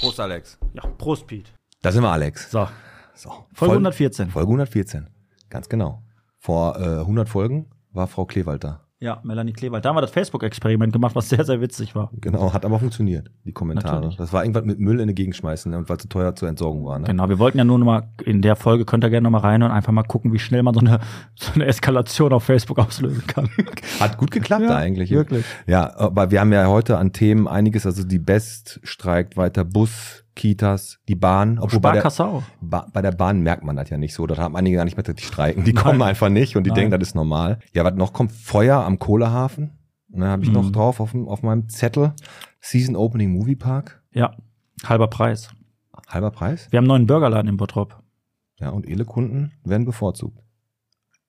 Prost, Alex. Ja, Prost, Pete. Da sind wir, Alex. So, So. Folge 114. Folge 114. Ganz genau. Vor äh, 100 Folgen war Frau Kleewald da. Ja, Melanie Klewald. Da haben wir das Facebook-Experiment gemacht, was sehr, sehr witzig war. Genau, hat aber funktioniert, die Kommentare. Natürlich. Das war irgendwas mit Müll in die Gegend schmeißen ne, und weil zu teuer zur Entsorgung war. Ne? Genau, wir wollten ja nur noch mal, in der Folge könnt ihr gerne noch mal rein und einfach mal gucken, wie schnell man so eine, so eine Eskalation auf Facebook auslösen kann. Hat gut geklappt Genau. Ja, eigentlich. wirklich. Ja, aber wir haben ja heute an Themen einiges, also die Best streikt weiter, Bus, Kitas, die Bahn. Obwohl bei der, Sparkasse auch. ba bei der Bahn merkt man das ja nicht so. Das haben einige gar nicht mehr, die streiken. Die kommen einfach nicht und die Nein. denken, das ist normal. Ja, was noch kommt? Feuer am Kohlehafen. Ne, habe ich Mhm. noch drauf auf, dem- auf meinem Zettel. Season Opening Movie Park. Ja, halber Preis. Halber Preis. Wir haben einen neuen Burgerladen in Bottrop. Ja, und Elekunden werden bevorzugt.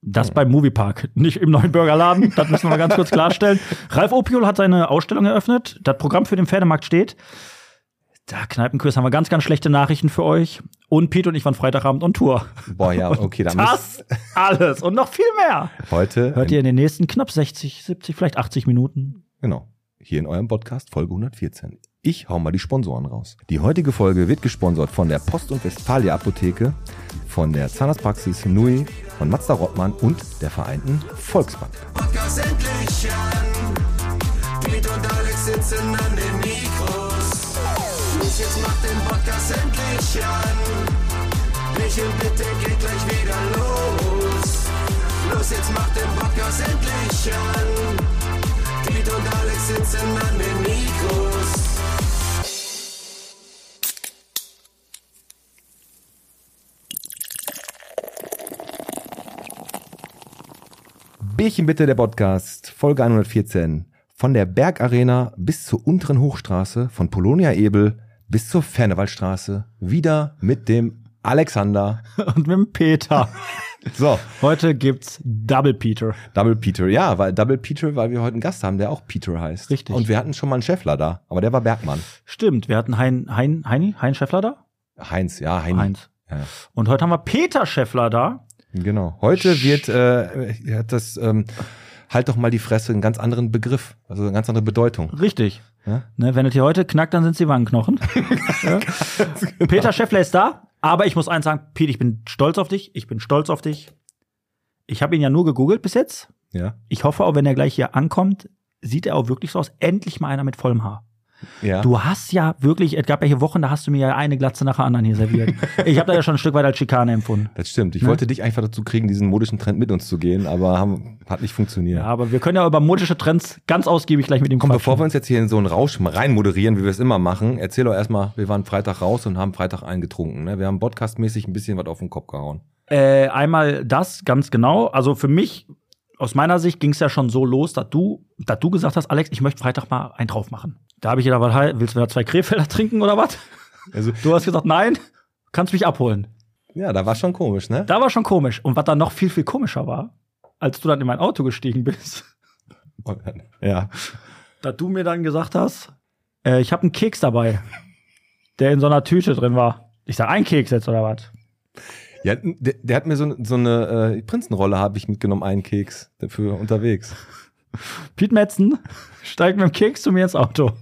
Das Hm. beim Moviepark, nicht im neuen Burgerladen. Das müssen wir mal ganz kurz klarstellen. Ralf Opiol hat seine Ausstellung eröffnet. Das Programm für den Pferdemarkt steht. Da, Kneipenkurs, haben wir ganz, ganz schlechte Nachrichten für euch. Und Pete und ich waren Freitagabend on Tour. Boah, ja, okay, dann müsst Das alles und noch viel mehr. heute, Hört in, ihr in den nächsten knapp 60, 70, vielleicht 80 Minuten. genau, hier in eurem Podcast Folge 114. Ich hau mal die Sponsoren raus. Die heutige Folge wird gesponsert von der Post- und Westfalia Apotheke, von der Zahnarztpraxis Nui, von Mazda Rottmann und der Vereinten Volksbank. Podcast endlich an. Pete und Alex sitzen an den Mikros. Los, jetzt mach den Podcast endlich an. Michel, bitte geht gleich wieder los. Los, jetzt mach den Podcast endlich an. Pete und Alex sitzen an den Mikros. Bierchen bitte der Podcast, Folge 114. Von der Bergarena bis zur unteren Hochstraße, von Polonia Ebel bis zur Fernewaldstraße, wieder mit dem Alexander. Und mit dem Peter. So, Heute gibt's Double Peter. Double Peter. Ja, weil Double Peter, weil wir heute einen Gast haben, der auch Peter heißt. Richtig. Und wir hatten schon mal einen Schäffler da, aber der war Bergmann. Stimmt, wir hatten Hein, Hein, Heini, Hein Schäffler da? Heinz, ja, Heinz. Heinz. Ja, Und heute haben wir Peter Schäffler da. genau. Heute wird, äh, hat das, ähm, halt doch mal die Fresse, einen ganz anderen Begriff, also eine ganz andere Bedeutung. Richtig. Ja? Ne, wenn es hier heute knackt, dann sind die Wangenknochen. ja. Peter Schäffler ist da, aber ich muss eins sagen, Pete, ich bin stolz auf dich. Ich bin stolz auf dich. Ich habe ihn ja nur gegoogelt bis jetzt. Ja. Ich hoffe auch, wenn er gleich hier ankommt, sieht er auch wirklich so aus. Endlich mal einer mit vollem Haar. Ja. Du hast ja wirklich, es gab ja hier Wochen, da hast du mir ja eine Glatze nach der anderen hier serviert. ich habe da ja schon ein Stück weit als Schikane empfunden. Das stimmt. Ich Ne? wollte dich einfach dazu kriegen, diesen modischen Trend mit uns zu gehen, aber haben, hat nicht funktioniert. Ja, aber wir können ja über modische Trends ganz ausgiebig gleich mit ihm Komm, bevor quatschen. wir uns jetzt hier in so einen Rausch rein moderieren, wie wir es immer machen, erzähl doch erstmal, wir waren Freitag raus und haben Freitag eingetrunken. Ne? Wir haben podcastmäßig ein bisschen was auf den Kopf gehauen. Äh, einmal das, ganz genau. Also für mich, aus meiner Sicht, ging es ja schon so los, dass du, dass du gesagt hast, Alex, ich möchte Freitag mal einen drauf machen. Da habe ich gedacht, was, hey, willst du mir zwei Krefelder trinken oder was? Also, Du hast gesagt, nein, kannst mich abholen. ja, da war schon komisch, ne? Da war schon komisch. Und was dann noch viel, viel komischer war, als du dann in mein Auto gestiegen bist, Ja. da du mir dann gesagt hast, äh, ich habe einen Keks dabei, der in so einer Tüte drin war. Ich sag, ein Keks jetzt oder was? ja der, der hat mir so, so eine äh, Prinzenrolle, habe ich mitgenommen, einen Keks dafür unterwegs. Piet Metzen steigt mit dem Keks zu mir ins Auto.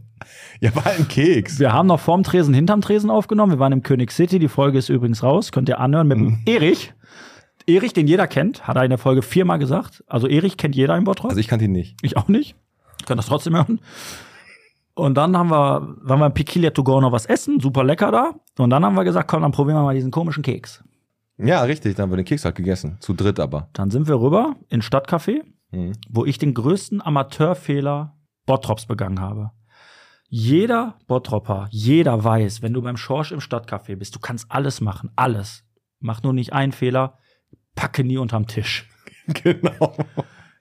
Ja, war ein Keks. Wir haben noch vorm Tresen, hinterm Tresen aufgenommen. Wir waren im König City. Die Folge ist übrigens raus. Könnt ihr anhören mit dem Erich. Erich, den jeder kennt, hat er in der Folge viermal gesagt. Also Erich kennt jeder im Bottrop. Also ich kannte ihn nicht. ich auch nicht. Könnt das trotzdem hören. Und dann haben wir, waren wir in Piquilia to go noch was essen. Super lecker da. Und dann haben wir gesagt, komm, dann probieren wir mal diesen komischen Keks. Ja, richtig, dann haben wir den Keks halt gegessen. Zu dritt aber. Dann sind wir rüber in Stadtcafé, Mhm. wo ich den größten Amateurfehler Bottrops begangen habe. Jeder Bottropper, jeder weiß, wenn du beim Schorsch im Stadtcafé bist, du kannst alles machen, alles. Mach nur nicht einen Fehler, packe nie unterm Tisch. Genau.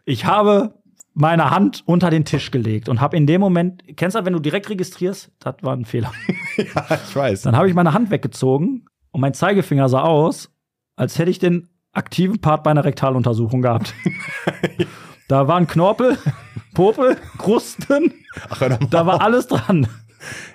Ich habe meine Hand unter den Tisch gelegt und habe in dem Moment, kennst du, das, wenn du direkt registrierst, das war ein Fehler. ja, ich weiß. Dann habe ich meine Hand weggezogen und mein Zeigefinger sah aus, als hätte ich den aktiven Part bei einer Rektaluntersuchung gehabt. da waren Knorpel, Popel, Krusten, Ach, hör doch mal da war alles dran.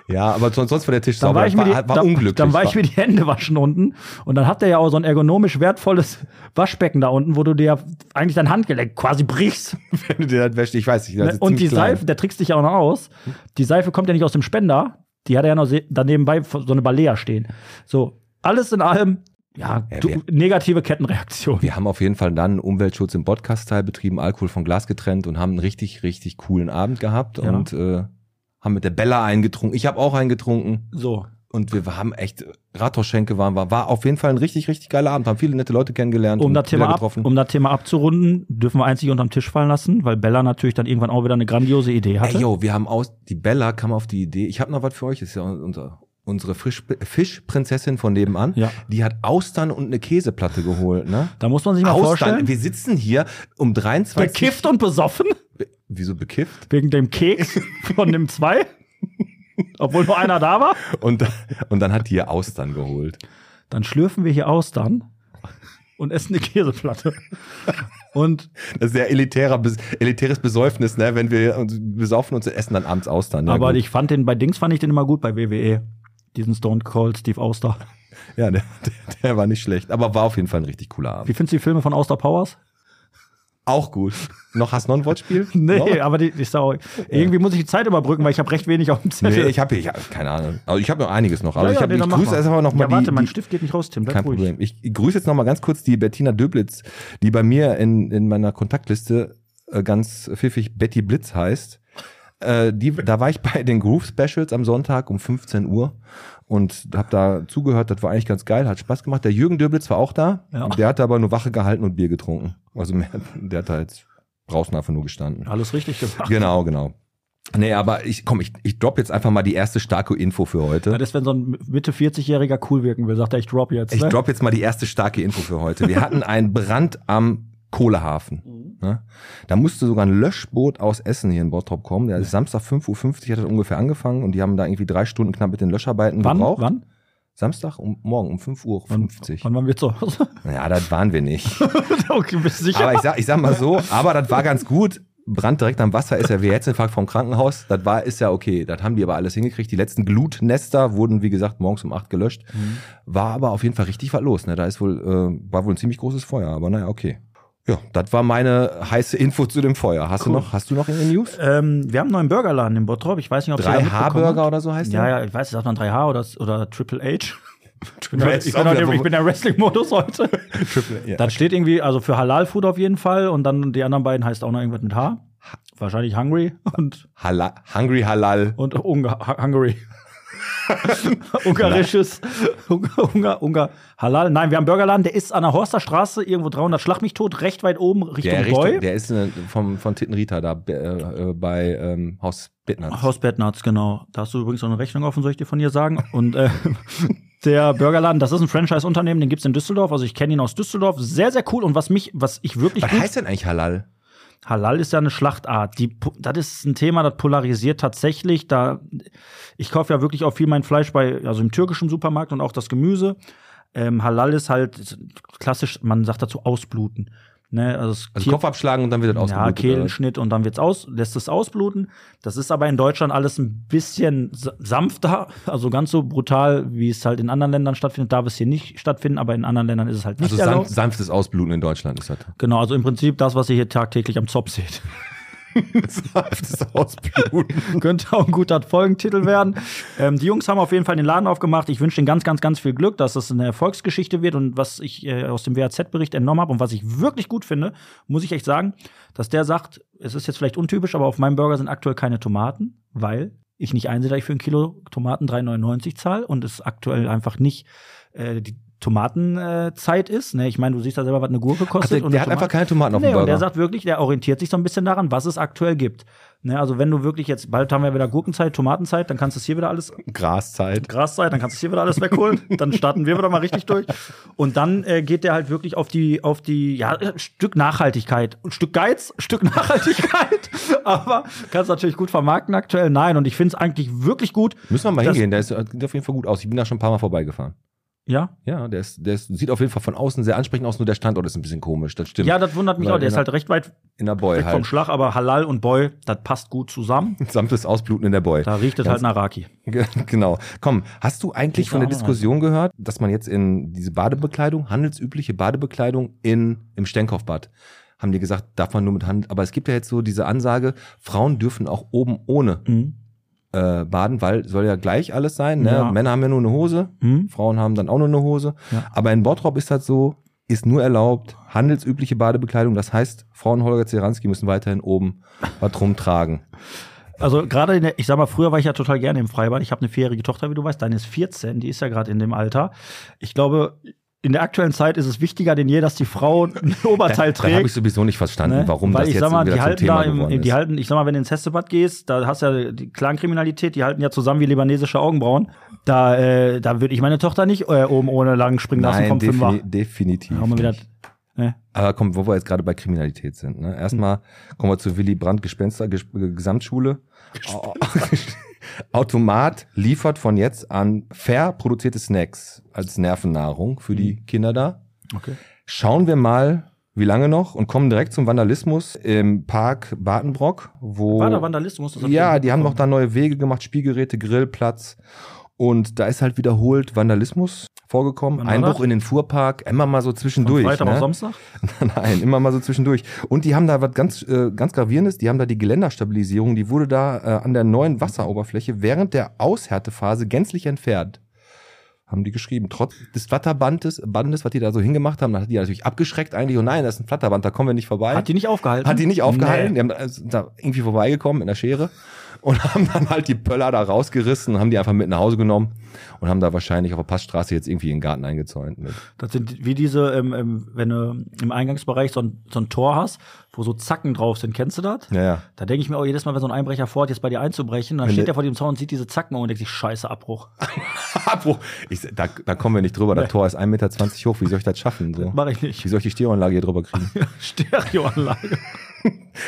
Ja, aber sonst, sonst war der Tisch Dann sauber. war, ich mir die, war, war dann, unglücklich. dann war ich mir die Hände waschen unten und dann hat der ja auch so ein ergonomisch wertvolles Waschbecken da unten, wo du dir ja eigentlich dein Handgelenk quasi brichst. wenn du dir das wäschst, ich weiß nicht. das ist Ne, und ziemlich die klein. Seife, der trickst dich ja auch noch aus. Die Seife kommt ja nicht aus dem Spender. Die hatte ja noch se- daneben bei so eine Balea stehen. So, alles in allem, ja, Ja, du, wir- negative Kettenreaktion. Wir haben auf jeden Fall dann Umweltschutz im Podcast-Teil betrieben, Alkohol von Glas getrennt und haben einen richtig, richtig coolen Abend gehabt Ja. und äh, haben mit der Bella eingetrunken. Ich habe auch eingetrunken So, und wir haben echt Rathauschenke waren wir. War auf jeden Fall ein richtig, richtig geiler Abend. Haben viele nette Leute kennengelernt um das, wieder Thema ab, getroffen. um das Thema abzurunden, dürfen wir einzig unterm Tisch fallen lassen, weil Bella natürlich dann irgendwann auch wieder eine grandiose Idee hatte. Ey, yo, wir haben aus, die Bella kam auf die Idee, ich habe noch was für euch, das ist ja unser, unsere Frisch, Fischprinzessin von nebenan. Ja. Die hat Austern und eine Käseplatte geholt, ne? da muss man sich mal Austern, vorstellen, wir sitzen hier um 23. bekifft und besoffen Wieso bekifft? wegen dem Keks von dem zwei, obwohl nur einer da war. Und, und dann hat die ihr Austern geholt. Dann schlürfen wir hier Austern und essen eine Käseplatte. Und Das ist ja elitärer, Bes- elitäres Besäufnis, ne? wenn wir uns besaufen und essen dann abends Austern. Ja, aber gut. ich fand den bei Dings fand ich den immer gut bei WWE. Diesen Stone Cold Steve Auster. Ja, der, der, der war nicht schlecht. Aber war auf jeden Fall ein richtig cooler Wie Abend. findest du die Filme von Auster Powers? Auch gut. Noch hast du noch ein Wortspiel? Nee, Noch? aber die, die ist auch, irgendwie muss ich die Zeit überbrücken, weil ich habe recht wenig auf dem Nee, Zettel. ich habe ich hab, keine Ahnung. Also ich habe noch einiges noch. Aber Ja, ich, ja, hab, nee, dann ich mach grüße erst mal noch mal ja, warte, die, mein die, Stift geht nicht raus, Tim. Bleib Kein ruhig. Problem. Ich grüße jetzt noch mal ganz kurz die Bettina Döblitz, die bei mir in, in meiner Kontaktliste äh, ganz pfiffig Betty Blitz heißt. Äh, die, da war ich bei den Groove Specials am Sonntag um 15 Uhr und habe da zugehört. Das war eigentlich ganz geil, hat Spaß gemacht. Der Jürgen Döblitz war auch da. Ja. Der hat aber nur Wache gehalten und Bier getrunken. Also mehr, der hat da jetzt draußen einfach nur gestanden. Alles richtig gemacht. Genau, genau. Nee, aber ich komm, ich, ich drop jetzt einfach mal die erste starke Info für heute. Das ist, wenn so ein Mitte 40-Jähriger cool wirken will, sagt er, ich drop jetzt. Ich ne? drop jetzt mal die erste starke Info für heute. Wir hatten einen Brand am Kohlehafen. Mhm. Ne? Da musste sogar ein Löschboot aus Essen hier in Bottrop kommen. Der ist Samstag 5.50 Uhr hat das ungefähr angefangen und die haben da irgendwie drei Stunden knapp mit den Löscharbeiten Wann? gebraucht. Wann? Samstag um, morgen um 5.50 Uhr. Wann waren wir zu Hause? Ja, das waren wir nicht. okay, bist du sicher? Aber ich sag, ich sag mal so, aber das war ganz gut. Brand direkt am Wasser ist ja wie Herzinfarkt vom Krankenhaus. Das war, ist ja okay. Das haben die aber alles hingekriegt. Die letzten Glutnester wurden, wie gesagt, morgens um acht gelöscht. War aber auf jeden Fall richtig was los. Ne? Da ist wohl, äh, war wohl ein ziemlich großes Feuer, aber naja, okay. Ja, das war meine heiße Info zu dem Feuer. Hast du noch, hast du noch in den News? Ähm, wir haben einen neuen Burgerladen in Bottrop. Ich weiß nicht, ob ihr da mitbekommen 3H-Burger habt. oder so heißt Ja, der? ja, ich weiß, sagt man 3H oder, oder Triple H. Ich bin, heute- H ist ich bin, auch heute- wieder- ich bin der Wrestling-Modus heute. Triple, ja. Das steht irgendwie, also für Halal-Food auf jeden Fall und dann die anderen beiden heißt auch noch irgendwas mit H. Wahrscheinlich Hungry und, Halal, Hungry Halal. und Ungar, Hungary. Ungarisches, Ungar, Ungar, Ungar, Halal. Nein, wir haben einen Burgerladen, der ist an der Horster Straße, irgendwo 300, schlag mich tot, recht weit oben, Richtung Der, Boy. Richtung, der ist eine, vom, von Tittenrita da äh, äh, bei ähm, Haus Bittner. Hausbettnarz, genau. Da hast du übrigens noch eine Rechnung offen, soll ich dir von hier sagen. Und äh, der Burgerladen, das ist ein Franchise-Unternehmen, den gibt's in Düsseldorf. Also ich kenne ihn aus Düsseldorf. Sehr, sehr cool. Und was mich, was ich wirklich Was gut- heißt denn eigentlich Halal? Halal ist ja eine Schlachtart. Die, po- das ist ein Thema, das polarisiert tatsächlich. Da, ich kaufe ja wirklich auch viel mein Fleisch bei, also im türkischen Supermarkt und auch das Gemüse. Ähm, Halal ist halt ist klassisch, man sagt dazu ausbluten. Ne, also das Also Tier- Kopf abschlagen und dann wird das ja, ausgeblutet. oder was? Kehlenschnitt und dann wird's aus, lässt es ausbluten. Das ist aber in Deutschland alles ein bisschen sa- sanfter, also ganz so brutal, wie es halt in anderen Ländern stattfindet. Darf es hier nicht stattfinden, aber in anderen Ländern ist es halt nicht Also sanft, erlaubt. sanftes Ausbluten in Deutschland ist das. Genau, also im Prinzip das, was ihr hier tagtäglich am Zopf seht. sanftes Ausbluten. Könnte auch ein guter Folgentitel werden. ähm, die Jungs haben auf jeden Fall den Laden aufgemacht. Ich wünsche denen ganz, ganz, ganz viel Glück, dass das eine Erfolgsgeschichte wird. Und was ich äh, aus dem WAZ-Bericht entnommen habe und was ich wirklich gut finde, muss ich echt sagen, dass der sagt, es ist jetzt vielleicht untypisch, aber auf meinem Burger sind aktuell keine Tomaten, weil ich nicht einsehe, dass ich für ein Kilo Tomaten 3,99 zahle und es aktuell einfach nicht äh, die Tomatenzeit äh, Zeit ist. Ne? Ich meine, du siehst da selber, was eine Gurke Ach, kostet. der, und Also der eine hat Tomate- einfach keine Tomaten auf dem Nee, und der Burger. sagt wirklich, der orientiert sich so ein bisschen daran, was es aktuell gibt. Ne, also wenn du wirklich jetzt, bald haben wir wieder Gurkenzeit, Tomatenzeit, dann kannst du es hier wieder alles, Graszeit. Graszeit, dann kannst du es hier wieder alles wegholen, dann starten wir wieder mal richtig durch. Und dann äh, geht der halt wirklich auf die, auf die, ja, ein Stück Nachhaltigkeit. Ein Stück Geiz, ein Stück Nachhaltigkeit. Aber kannst natürlich gut vermarkten aktuell. Nein, und ich finde es eigentlich wirklich gut. Müssen wir mal Das- hingehen, der ist, sieht auf jeden Fall gut aus. Ich bin da schon ein paar Mal vorbeigefahren. Ja, Ja, der, ist, der ist, sieht auf jeden Fall von außen sehr ansprechend aus, nur der Standort ist ein bisschen komisch, das stimmt. ja, das wundert mich Weil genau. auch. Der in ist halt recht weit in der Boy weg vom halt. Schlag, aber Halal und Boy, das passt gut zusammen. Sanftes Ausbluten in der Boy. Da riecht es Ganz- halt nach Raki. Ge- Genau. Komm, hast du eigentlich Ich von der war auch noch Diskussion gehört, dass man jetzt in diese Badebekleidung, handelsübliche Badebekleidung in, im Stenkopfbad, haben die gesagt, darf man nur mit Hand, aber es gibt ja jetzt so diese Ansage, Frauen dürfen auch oben ohne Mhm. äh, baden, weil soll ja gleich alles sein. Ne? Ja. Männer haben ja nur eine Hose, Hm? Frauen haben dann auch nur eine Hose. Ja. Aber in Bottrop ist das so, ist nur erlaubt handelsübliche Badebekleidung. Das heißt, Frauen Holger Zeranski müssen weiterhin oben was rumtragen. Also gerade in der, ich sag mal, früher war ich ja total gerne im Freibad. Ich habe eine vierjährige Tochter, wie du weißt, deine ist 14, die ist ja gerade in dem Alter. Ich glaube, in der aktuellen Zeit ist es wichtiger denn je, dass die Frau ein Oberteil Da habe ich trägt. sowieso nicht verstanden, ne? warum Weil das ich jetzt sag mal, wieder die zum halten Thema da im, geworden ist. die halten, ich sag mal, wenn du ins Hessebad gehst, da hast du ja die Clankriminalität, die halten ja zusammen wie libanesische Augenbrauen. Da, äh, da würde ich meine Tochter nicht äh, oben ohne lang springen lassen Nein, vom Fünfer. defini definitiv. Haben wir wieder, nicht. ne? Aber komm, wo wir jetzt gerade bei Kriminalität sind. Ne? Erstmal kommen wir zu Willy Brandt Gespenster Ges äh, Gesamtschule. Automat liefert von jetzt an fair produzierte Snacks als Nervennahrung für die Mhm. Kinder da. Okay. Schauen wir mal, wie lange noch und kommen direkt zum Vandalismus im Park Badenbrock, wo War da Vandalismus? Das hab ich Oh. ja, nicht die haben noch mitbekommen. da neue Wege gemacht, Spielgeräte, Grillplatz. Und da ist halt wiederholt Vandalismus vorgekommen. Wann war Einbruch das? in den Fuhrpark, immer mal so zwischendurch. Von Freitag ne? auf Samstag? Nein, immer mal so zwischendurch. Und die haben da was ganz, äh, ganz Gravierendes, die haben da die Geländerstabilisierung, die wurde da äh, an der neuen Wasseroberfläche während der Aushärtephase gänzlich entfernt. Haben die geschrieben. Trotz des Flatterbandes, Bandes, was die da so hingemacht haben, hat die natürlich abgeschreckt eigentlich. Und nein, das ist ein Flatterband, da kommen wir nicht vorbei. Hat die nicht aufgehalten? Hat die nicht Nee. aufgehalten. Die haben da- also, sind da irgendwie vorbeigekommen in der Schere und haben dann halt die Pöller da rausgerissen und haben die einfach mit nach Hause genommen und haben da wahrscheinlich auf der Passstraße jetzt irgendwie in den Garten eingezäunt. Mit. Das sind wie diese, ähm, ähm, wenn du im Eingangsbereich so ein, so ein Tor hast, wo so Zacken drauf sind. Kennst du das? Ja, ja. Da denke ich mir auch jedes Mal, wenn so ein Einbrecher vorhat, jetzt bei dir einzubrechen, dann Wenn steht der- er vor dem Zaun und sieht diese Zacken und denkt sich, scheiße, Abbruch. Abbruch. Ich, da, da kommen wir nicht drüber. Das Nee. Tor ist 1,20 Meter hoch. Wie soll ich das schaffen? So? Mach ich Wie nicht. soll ich die Stereoanlage hier drüber kriegen? Stereoanlage.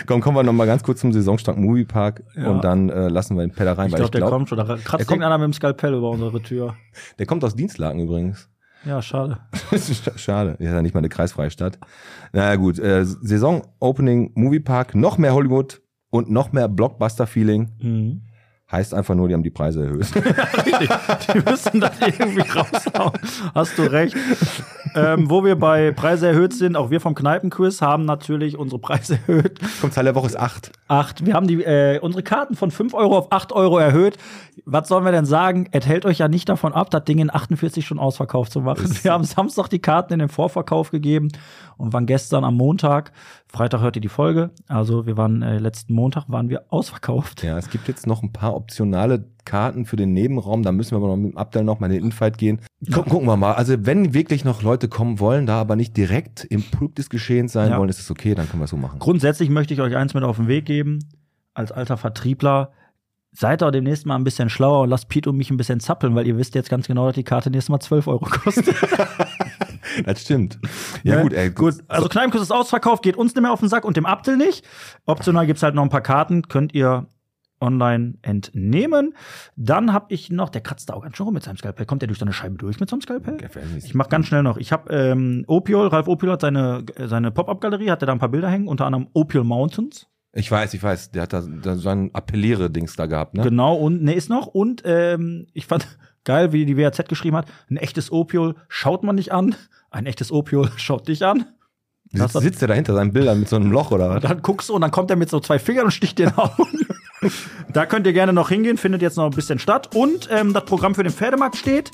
Komm, kommen wir nochmal ganz kurz zum Saisonstart Moviepark Ja. und dann äh, lassen wir den Pedder rein. Ich weil glaube, der glaub, kommt schon. Da Der kratzt kommt- irgendeiner mit dem Skalpell über unsere Tür. der kommt aus Dienstlaken übrigens. Ja, schade. Schade. Ist ja nicht mal eine kreisfreie Stadt. Naja gut, äh, Saison-Opening Moviepark, noch mehr Hollywood und noch mehr Blockbuster-Feeling. Mhm. Heißt einfach nur, die haben die Preise erhöht. Die müssen das irgendwie raushauen. Hast du recht. Ähm, wo wir bei Preise erhöht sind, auch wir vom Kneipenquiz haben natürlich unsere Preise erhöht. Kommt Zahl der Woche ist acht. 8. Wir haben die, äh, unsere Karten von 5 Euro auf 8 Euro erhöht. Was sollen wir denn sagen? Es hält euch ja nicht davon ab, das Ding in 48 schon ausverkauft zu machen. Wir haben Samstag die Karten in den Vorverkauf gegeben und waren gestern am Montag, Freitag hört ihr die Folge, also wir waren äh, letzten Montag waren wir ausverkauft. Ja, es gibt jetzt noch ein paar optionale Karten für den Nebenraum. Da müssen wir aber noch mit dem Abdel noch mal in den Infight gehen. Gu- Gucken wir mal. Also wenn wirklich noch Leute kommen wollen, da aber nicht direkt im Punkt des Geschehens sein Ja. wollen, ist es okay, dann können wir es so machen. Grundsätzlich möchte ich euch eins mit auf den Weg geben, als alter Vertriebler, seid doch demnächst mal ein bisschen schlauer und lasst Pete und mich ein bisschen zappeln, weil ihr wisst jetzt ganz genau, dass die Karte nächstes Mal 12 Euro kostet. Das stimmt. Ja Ne? gut, ey, gut. Also Kneipenkuss ist ausverkauft, geht uns nicht mehr auf den Sack und dem Abdel nicht. Optional gibt's halt noch ein paar Karten, könnt ihr online entnehmen. Dann habe ich noch, der kratzt da auch ganz schön rum mit seinem Skalpell. Kommt der durch so eine Scheibe durch mit so einem Skalpell? Ich mache ganz schnell noch. Ich habe ähm, Opiol, Ralf Opiol hat seine, seine Pop-Up-Galerie, hat er da ein paar Bilder hängen, unter anderem Opiol Mountains. Ich weiß, ich weiß. Der hat da, da so ein Appelliere-Dings da gehabt, ne? Genau, und ne, ist noch. Und ähm, ich fand geil, wie die WAZ geschrieben hat: ein echtes Opiol schaut man nicht an, ein echtes Opiol schaut dich an. Sitzt, Das hat- sitzt der da hinter seinen Bildern mit so einem Loch oder was? Und dann guckst du und dann kommt er mit so zwei Fingern und sticht dir in den Augen. da könnt ihr gerne noch hingehen, findet jetzt noch ein bisschen statt. Und ähm, das Programm für den Pferdemarkt steht.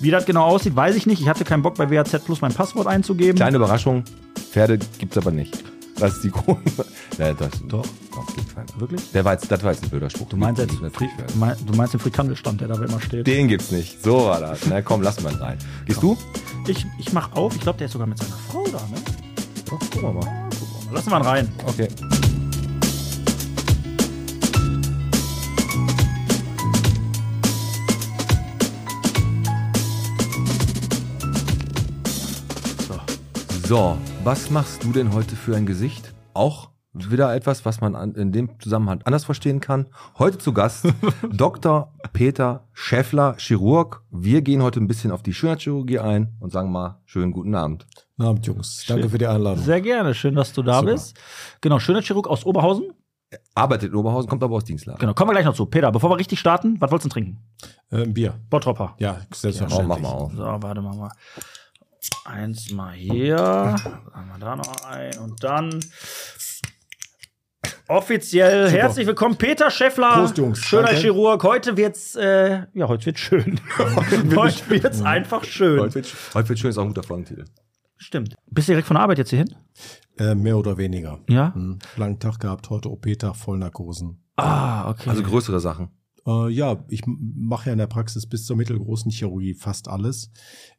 Wie das genau aussieht, weiß ich nicht. Ich hatte keinen Bock, bei WAZ Plus mein Passwort einzugeben. Kleine Überraschung. Pferde gibt's aber nicht. Das ist die Krone. Ja, das, Doch. Doch, gibt's keinen. Wirklich? Der war jetzt, das war jetzt ein Bilderspruch. Du meinst, jetzt, Natürlich Fri- Pferde. mein- du meinst den Frikandelstand, der da immer steht. Den gibt's nicht. So war das. Na komm, lass mal rein. Gehst du? Ich, ich mach auf, ich glaube, der ist sogar mit seiner Frau da, ne? Doch, gucken wir mal. Lassen wir ihn rein. Okay. So, was machst du denn heute für ein Gesicht? Auch wieder etwas, was man an, in dem Zusammenhang anders verstehen kann. Heute zu Gast Dr. Peter Schäffler, Chirurg. Wir gehen heute ein bisschen auf die Schönheitschirurgie ein und sagen mal schönen guten Abend. Guten Ne, Abend, Jungs. Danke für die Einladung. Sehr gerne, schön, dass du da Super. bist. Genau, schöner Chirurg aus Oberhausen. Arbeitet in Oberhausen, kommt aber aus Dienstlagen. Genau, kommen wir gleich noch zu. Peter, bevor wir richtig starten, was wolltest du denn trinken? Äh, ein Bier. Bottropper. Ja, Oh, selbstverständlich. mach mal auf. So, warte mal mal. Eins mal hier, dann mal da noch ein und dann. offiziell herzlich willkommen, Peter Schäffler. Prost, Jungs. Schöner Danke. Chirurg. Heute wird's, äh, ja, heute wird's schön. heute wird's einfach schön. Heute wird, heute wird schön, ist auch ein guter Folgentitel. Stimmt. Bist du direkt von der Arbeit jetzt hierhin? Äh, mehr oder weniger. Ja. Hm. Langen Tag gehabt, heute OP-Tag, Vollnarkosen. Ah, okay. Also größere Sachen. Äh, ja, ich m- mache ja in der Praxis bis zur mittelgroßen Chirurgie fast alles.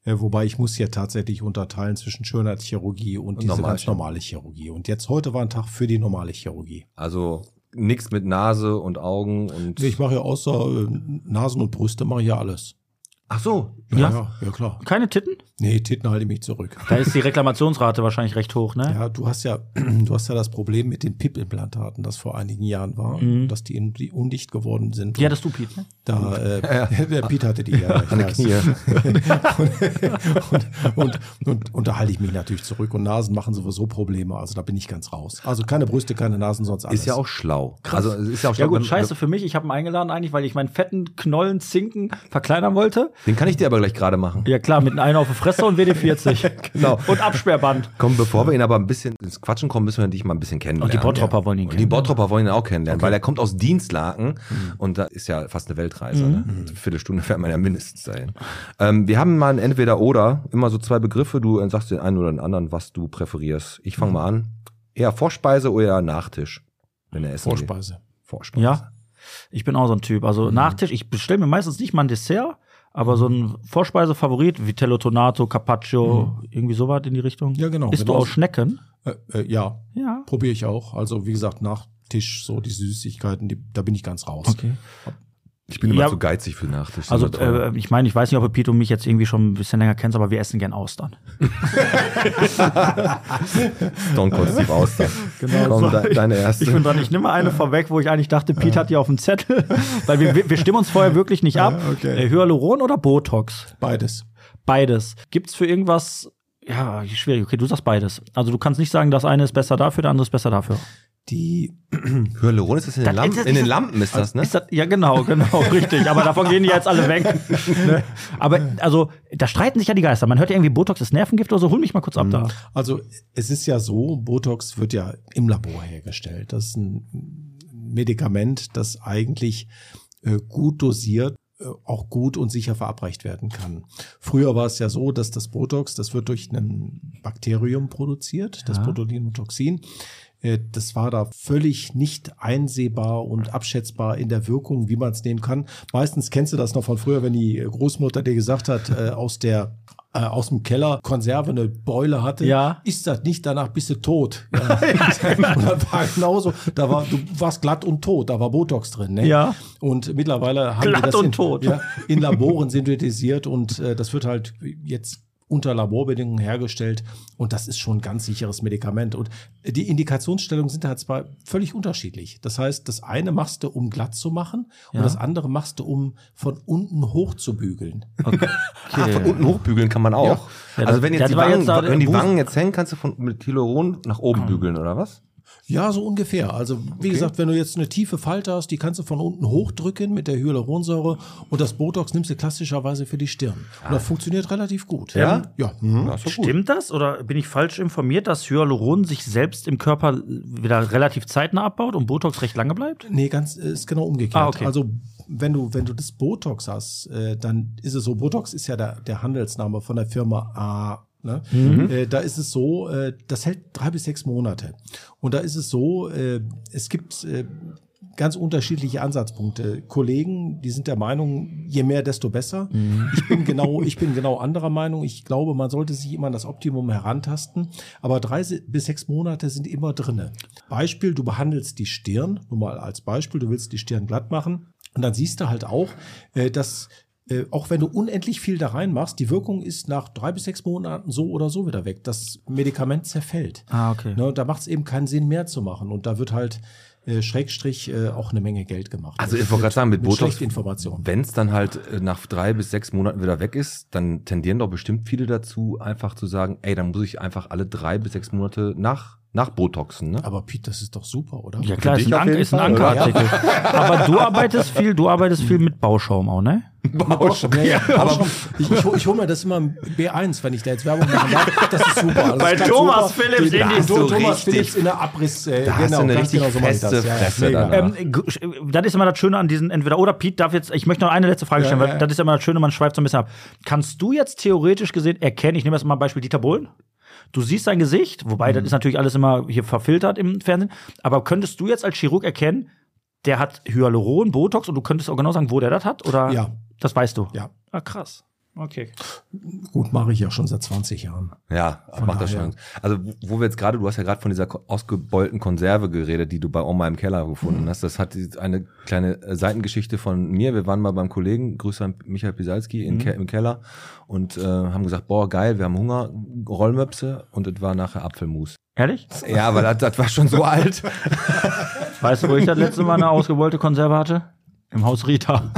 Äh, wobei ich muss ja tatsächlich unterteilen zwischen Schönheitschirurgie und, diese normale ganz normale Chirurgie. Und jetzt heute war ein Tag für die normale Chirurgie. Also nichts mit Nase und Augen und. Ich mache ja außer äh, Nasen und Brüste mache ich ja alles. Ach so. Ja. ja, ja klar. keine Titten? Nee, Titten halte mich zurück. Da ist die Reklamationsrate wahrscheinlich recht hoch, ne? Ja, du hast ja, du hast ja das Problem mit den PIP-Implantaten, das vor einigen Jahren war, dass die, in, die undicht geworden sind. Mhm. Ja, Und das du, Piet. Ne? da, äh, der Piet hatte die ja. ich weiß. und, und, und, und da halte ich mich natürlich zurück. Und Nasen machen sowieso Probleme, also da bin ich ganz raus. Also keine Brüste, keine Nasen, sonst alles. Ist ja auch schlau. Also ist ja auch schlau. Ja gut, wenn- scheiße für mich. Ich habe ihn eingeladen eigentlich, weil ich meinen fetten Knollen Zinken verkleinern wollte. Den kann ich dir aber gleich gerade machen. Ja klar, mit einem auf die Fresse und WD40. Genau. Und Absperrband. Komm, bevor wir ihn aber ein bisschen ins Quatschen kommen, müssen wir dich mal ein bisschen kennenlernen. Und die Bottropper wollen ihn Und die kennenlernen. Mhm. Bottropper wollen ihn auch kennenlernen, weil er kommt aus Dienstlaken und da ist ja fast eine Weltreise. Ne? Eine Viertelstunde fährt man ja mindestens dahin. Ähm, wir haben mal ein Entweder-Oder, immer so zwei Begriffe. Du sagst den einen oder den anderen, was du präferierst. Ich Mhm. fange mal an. Eher Vorspeise oder eher Nachtisch, wenn er essen geht. Vorspeise. Vorspeise. Ja, ich bin auch so ein Typ. Also Nachtisch, ich bestelle mir meistens nicht mal ein Dessert, aber so ein Vorspeisefavorit, Vitello Tonato, Carpaccio, irgendwie sowas in die Richtung. Ja, genau. Isst Genau. du auch Schnecken? Äh, äh, ja, Ja. probiere ich auch. Also wie gesagt, nach Tisch, so die Süßigkeiten, die, da bin ich ganz raus. Okay. Ich bin immer Ja. zu geizig für den Nachtisch. Also Das ist immer teuer. äh, ich meine, ich weiß nicht, ob du Pito mich jetzt irgendwie schon ein bisschen länger kennst, aber wir essen gern Austern. Stone Cold Steve Auster. äh, Genau Komm, so. de deine erste. Ich bin dran, ich nehme eine vorweg, wo ich eigentlich dachte, Pete hat die auf dem Zettel, weil wir- wir, wir stimmen uns vorher wirklich nicht ab. okay. Äh, Hyaluron oder Botox? Beides. Beides. Gibt's für irgendwas, ja, schwierig, okay, du sagst beides. Also du kannst nicht sagen, das eine ist besser dafür, der andere ist besser dafür. Die Hyaluron ist das in den, Das- Lampen, das- Also, in den Lampen ist das, ne? Ist das, ja, genau, genau, richtig. Aber davon gehen die jetzt alle weg. ne? Aber also, da streiten sich ja die Geister. Man hört ja irgendwie, Botox ist Nervengift oder so. Hol mich mal kurz Hm. ab da. Also es ist ja so, Botox wird ja im Labor hergestellt. Das ist ein Medikament, das eigentlich äh, gut dosiert äh, auch gut und sicher verabreicht werden kann. Früher war es ja so, dass das Botox, das wird durch ein Bakterium produziert, das Ja. Botulinumtoxin. Äh, Das war da völlig nicht einsehbar und abschätzbar in der Wirkung, wie man es nehmen kann. Meistens kennst du das noch von früher, wenn die Großmutter dir gesagt hat, äh, aus der äh, aus dem Keller Konserve eine Beule hatte, Ja. genau. ist das nicht, danach bist du tot. Ja. und das war genauso, da war, du warst glatt und tot, da war Botox drin. Ne? Ja. Und mittlerweile haben Glatt wir das und in, tot. Ja, in Laboren synthetisiert und äh, das wird halt jetzt unter Laborbedingungen hergestellt und das ist schon ein ganz sicheres Medikament. Und die Indikationsstellungen sind halt zwar völlig unterschiedlich. Das heißt, das eine machst du, um glatt zu machen Ja. und das andere machst du, um von unten hoch zu bügeln. Ah, von unten hochbügeln kann man auch. Ja, also das- wenn das jetzt die, war Wangen, jetzt da der Ah. wenn die Busen- Wangen jetzt hängen, kannst du von, mit Hyaluron nach oben bügeln, oder was? Ja, so ungefähr. Also wie gesagt, wenn du jetzt eine tiefe Falte hast, die kannst du von unten hochdrücken mit der Hyaluronsäure und das Botox nimmst du klassischerweise für die Stirn. Und das funktioniert relativ gut. Ja? Ja. Mhm. Ja, ist doch gut. Stimmt das oder bin ich falsch informiert, dass Hyaluron sich selbst im Körper wieder relativ zeitnah abbaut und Botox recht lange bleibt? Nee, ganz äh, ist genau umgekehrt. Ah, okay. Also wenn du wenn du das Botox hast, äh, dann ist es so. Botox ist ja der, der Handelsname von der Firma A. Ne? Äh, da ist es so, äh, das hält drei bis sechs Monate. Und da ist es so, äh, es gibt äh, ganz unterschiedliche Ansatzpunkte. Kollegen, die sind der Meinung, je mehr, desto besser. Ich bin genau, ich bin genau anderer Meinung. Ich glaube, man sollte sich immer an das Optimum herantasten. Aber drei se- bis sechs Monate sind immer drinne. Beispiel, du behandelst die Stirn, nur mal als Beispiel, du willst die Stirn glatt machen. Und dann siehst du halt auch, äh, dass äh, auch wenn du unendlich viel da reinmachst, die Wirkung ist nach drei bis sechs Monaten so oder so wieder weg. Das Medikament zerfällt. Ah, okay. Ne, und da macht es eben keinen Sinn mehr zu machen. Und da wird halt äh, Schrägstrich äh, auch eine Menge Geld gemacht. Also ich wollte gerade sagen, mit mit Botox, schlechten Informationen. wenn es dann halt äh, nach drei bis sechs Monaten wieder weg ist, dann tendieren doch bestimmt viele dazu, einfach zu sagen, ey, dann muss ich einfach alle drei bis sechs Monate nach Nach Botoxen, ne? Aber Pete, das ist doch super, oder? Ja klar, dich ist ein, auf An jeden ist ein Fall, oder? Ankerartikel. Aber du arbeitest viel, du arbeitest viel mit Bauschaum auch, ne? Bauschaum. Ja, ja, aber schon, ich, ich, hol- ich hole mir das immer im B1, wenn ich da jetzt Werbung machen darf. Das ist super. alles Bei ganz Thomas super. Phillips Die- in die- die- Thomas richtig. Phillips in der Abriss. Äh, Da hast genau, du eine ganz richtig mach ich feste Fresse mega. dann, ne? Ähm, g- sch- das ist immer das Schöne an diesen entweder oder Pete darf jetzt ich möchte noch eine letzte Frage Ja, stellen, ja, weil ja. das ist immer das Schöne, man schweift so ein bisschen ab. Kannst du jetzt theoretisch gesehen erkennen, ich nehme jetzt mal ein Beispiel Dieter Bohlen? Du siehst sein Gesicht, wobei Mhm. das ist natürlich alles immer hier verfiltert im Fernsehen, aber könntest du jetzt als Chirurg erkennen, der hat Hyaluron, Botox und du könntest auch genau sagen, wo der das hat oder Ja. das weißt du. Ja. Ah, krass. Okay. Gut, mache ich ja schon seit 20 Jahren. Ja, macht das daher. schon. Also, wo wir jetzt gerade, du hast ja gerade von dieser ko- ausgebeulten Konserve geredet, die du bei Oma im Keller Mhm. gefunden hast. Das hat die- eine kleine äh, Seitengeschichte von mir. Wir waren mal beim Kollegen, Grüße an Michael Pisalski Mhm. in Ke im Keller und äh, haben gesagt, boah, geil, wir haben Hunger, Rollmöpse und es war nachher Apfelmus. Ehrlich? Ja, aber das, das war schon so alt. Weißt du, wo ich das letzte Mal eine ausgebeulte Konserve hatte? Im Haus Rita.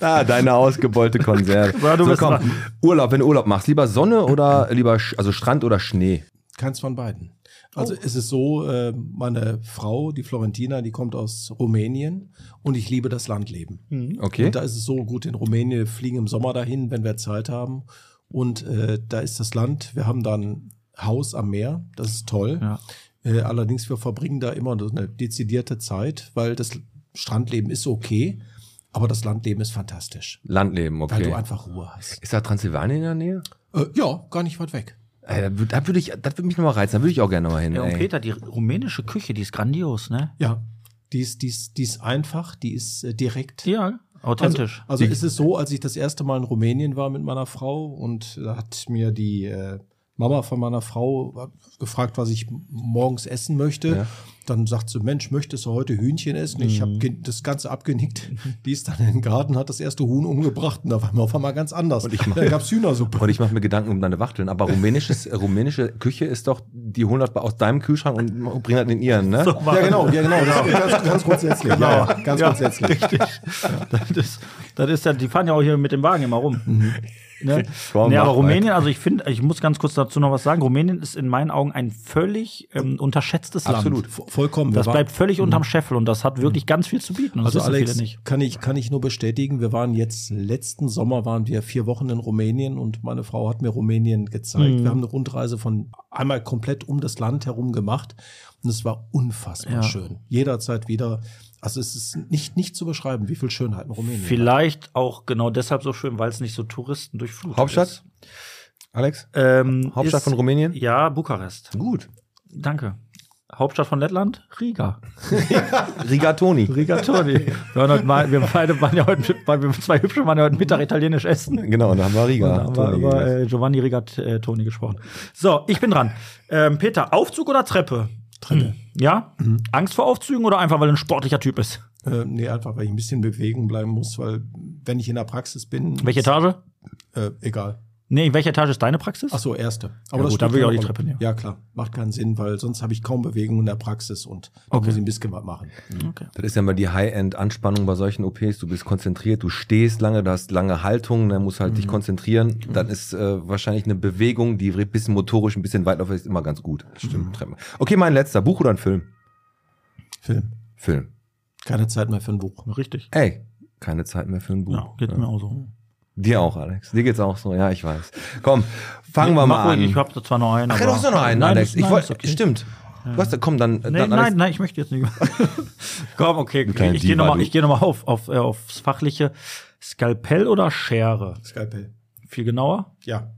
Da, Ah, deine ausgebeulte Konserve. Ja, du so, bist komm, dran. Urlaub, wenn du Urlaub machst, lieber Sonne oder lieber, Sch- also Strand oder Schnee? Keins von beiden. Also es ist so, äh, meine Frau, die Florentina, die kommt aus Rumänien und ich liebe das Landleben. Okay. Und da ist es so gut in Rumänien, wir fliegen im Sommer dahin, wenn wir Zeit haben. Und äh, da ist das Land, wir haben da ein Haus am Meer, das ist toll. Ja. Äh, allerdings, wir verbringen da immer so eine dezidierte Zeit, weil das Strandleben ist okay, aber das Landleben ist fantastisch, Landleben, weil okay. du einfach Ruhe hast. Ist da Transsilvanien in der Nähe? Äh, ja, gar nicht weit weg. Ey, da würd- da würde ich, das würde mich nochmal reizen, da würde ich auch gerne mal hin. Ja, und ey. Peter, die rumänische Küche, die ist grandios, ne? Ja, die ist, die ist, die ist einfach, die ist äh, direkt. Ja, authentisch. Also, also ist es so, als ich das erste Mal in Rumänien war mit meiner Frau und da hat mir die äh, Mama von meiner Frau gefragt, was ich m- morgens essen möchte. Ja. Dann sagt sie, Mensch, möchtest du heute Hühnchen essen? Ich habe das Ganze abgenickt. Die ist dann in den Garten, hat das erste Huhn umgebracht und da war mir auf einmal ganz anders. Und dann gab's Hühnersuppe. Und ich mache mir Gedanken um deine Wachteln, aber rumänisches, rumänische Küche ist doch, die holen das bei- aus deinem Kühlschrank und bringen das in ihren, ne? Ja, genau, ja, genau. Das ist ganz, ganz grundsätzlich. Genau. Ja, ja, ganz grundsätzlich. das, ist, das ist ja, die fahren ja auch hier mit dem Wagen immer rum. Mhm. Ne? Komm, Nee, aber mach Rumänien, also ich finde, ich muss ganz kurz dazu noch was sagen. Rumänien ist in meinen Augen ein völlig ähm, unterschätztes Absolut. Land. Vo- Vollkommen. Wir Das waren- Mhm. bleibt völlig unterm Scheffel und das hat wirklich ganz viel zu bieten. Und Also das wissen Alex, viele nicht. Kann, ich, kann ich nur bestätigen, wir waren jetzt, letzten Sommer waren wir vier Wochen in Rumänien und meine Frau hat mir Rumänien gezeigt. Mhm. Wir haben eine Rundreise von einmal komplett um das Land herum gemacht und es war unfassbar Ja. schön. Jederzeit wieder. Also es ist nicht, nicht zu beschreiben, wie viel Schönheit in Rumänien hat. Vielleicht auch genau deshalb so schön, weil es nicht so Touristen durchflutet Hauptstadt? ist. Alex? Ähm, Hauptstadt ist- von Rumänien? Ja, Bukarest. Gut. Danke. Hauptstadt von Lettland? Riga. Rigatoni. Rigatoni. Wir, waren heute mal, wir beide waren ja heute, weil wir zwei Hübsche waren ja heute Mittag italienisch essen. Genau, und da haben wir Da haben wir Rigatoni. über gegessen. äh, Giovanni Rigatoni gesprochen. So, ich bin dran. Ähm, Peter, Aufzug oder Treppe? Treppe. Ja? Mhm. Angst vor Aufzügen oder einfach, weil du ein sportlicher Typ ist? Äh, nee, einfach, weil ich ein bisschen Bewegung bleiben muss, weil wenn ich in der Praxis bin. Welche Etage? Äh, egal. Nee, in welcher Etage ist deine Praxis? Ach so, erste. Ja, das gut, dann spielt will ich auch keine die Rolle. Treppe nehmen. Ja, klar. Macht keinen Sinn, weil sonst habe ich kaum Bewegung in der Praxis und da muss ich ein bisschen was machen. Okay. Das ist ja mal die High-End-Anspannung bei solchen OPs. Du bist konzentriert, du stehst lange, du hast lange Haltung, dann musst du halt Mhm. dich konzentrieren. Dann ist äh, wahrscheinlich eine Bewegung, die ein bisschen motorisch, ein bisschen weitläufig ist, immer ganz gut. Stimmt. Treppen. Okay, mein letzter. Buch oder ein Film? Film. Film. Keine Zeit mehr für ein Buch. Richtig. Ey, keine Zeit mehr für ein Buch. Ja, geht mir auch so. Dir auch, Alex. Dir geht's auch so. Ja, ich weiß. Komm, fangen wir Mach mal ruhig, an. Ich hab da zwar noch einen. Ach, aber- du hast doch noch einen, nein, Alex. Ist, nein, ich wollte, ist okay. stimmt. Du hast, komm, dann, dann Nein, Alex, nein, nein, ich möchte jetzt nicht mehr. Komm, okay, kleine ich gehe Diva, nochmal du. geh noch mal auf, auf, äh, aufs Fachliche. Skalpell oder Schere? Skalpell. Viel genauer? Ja.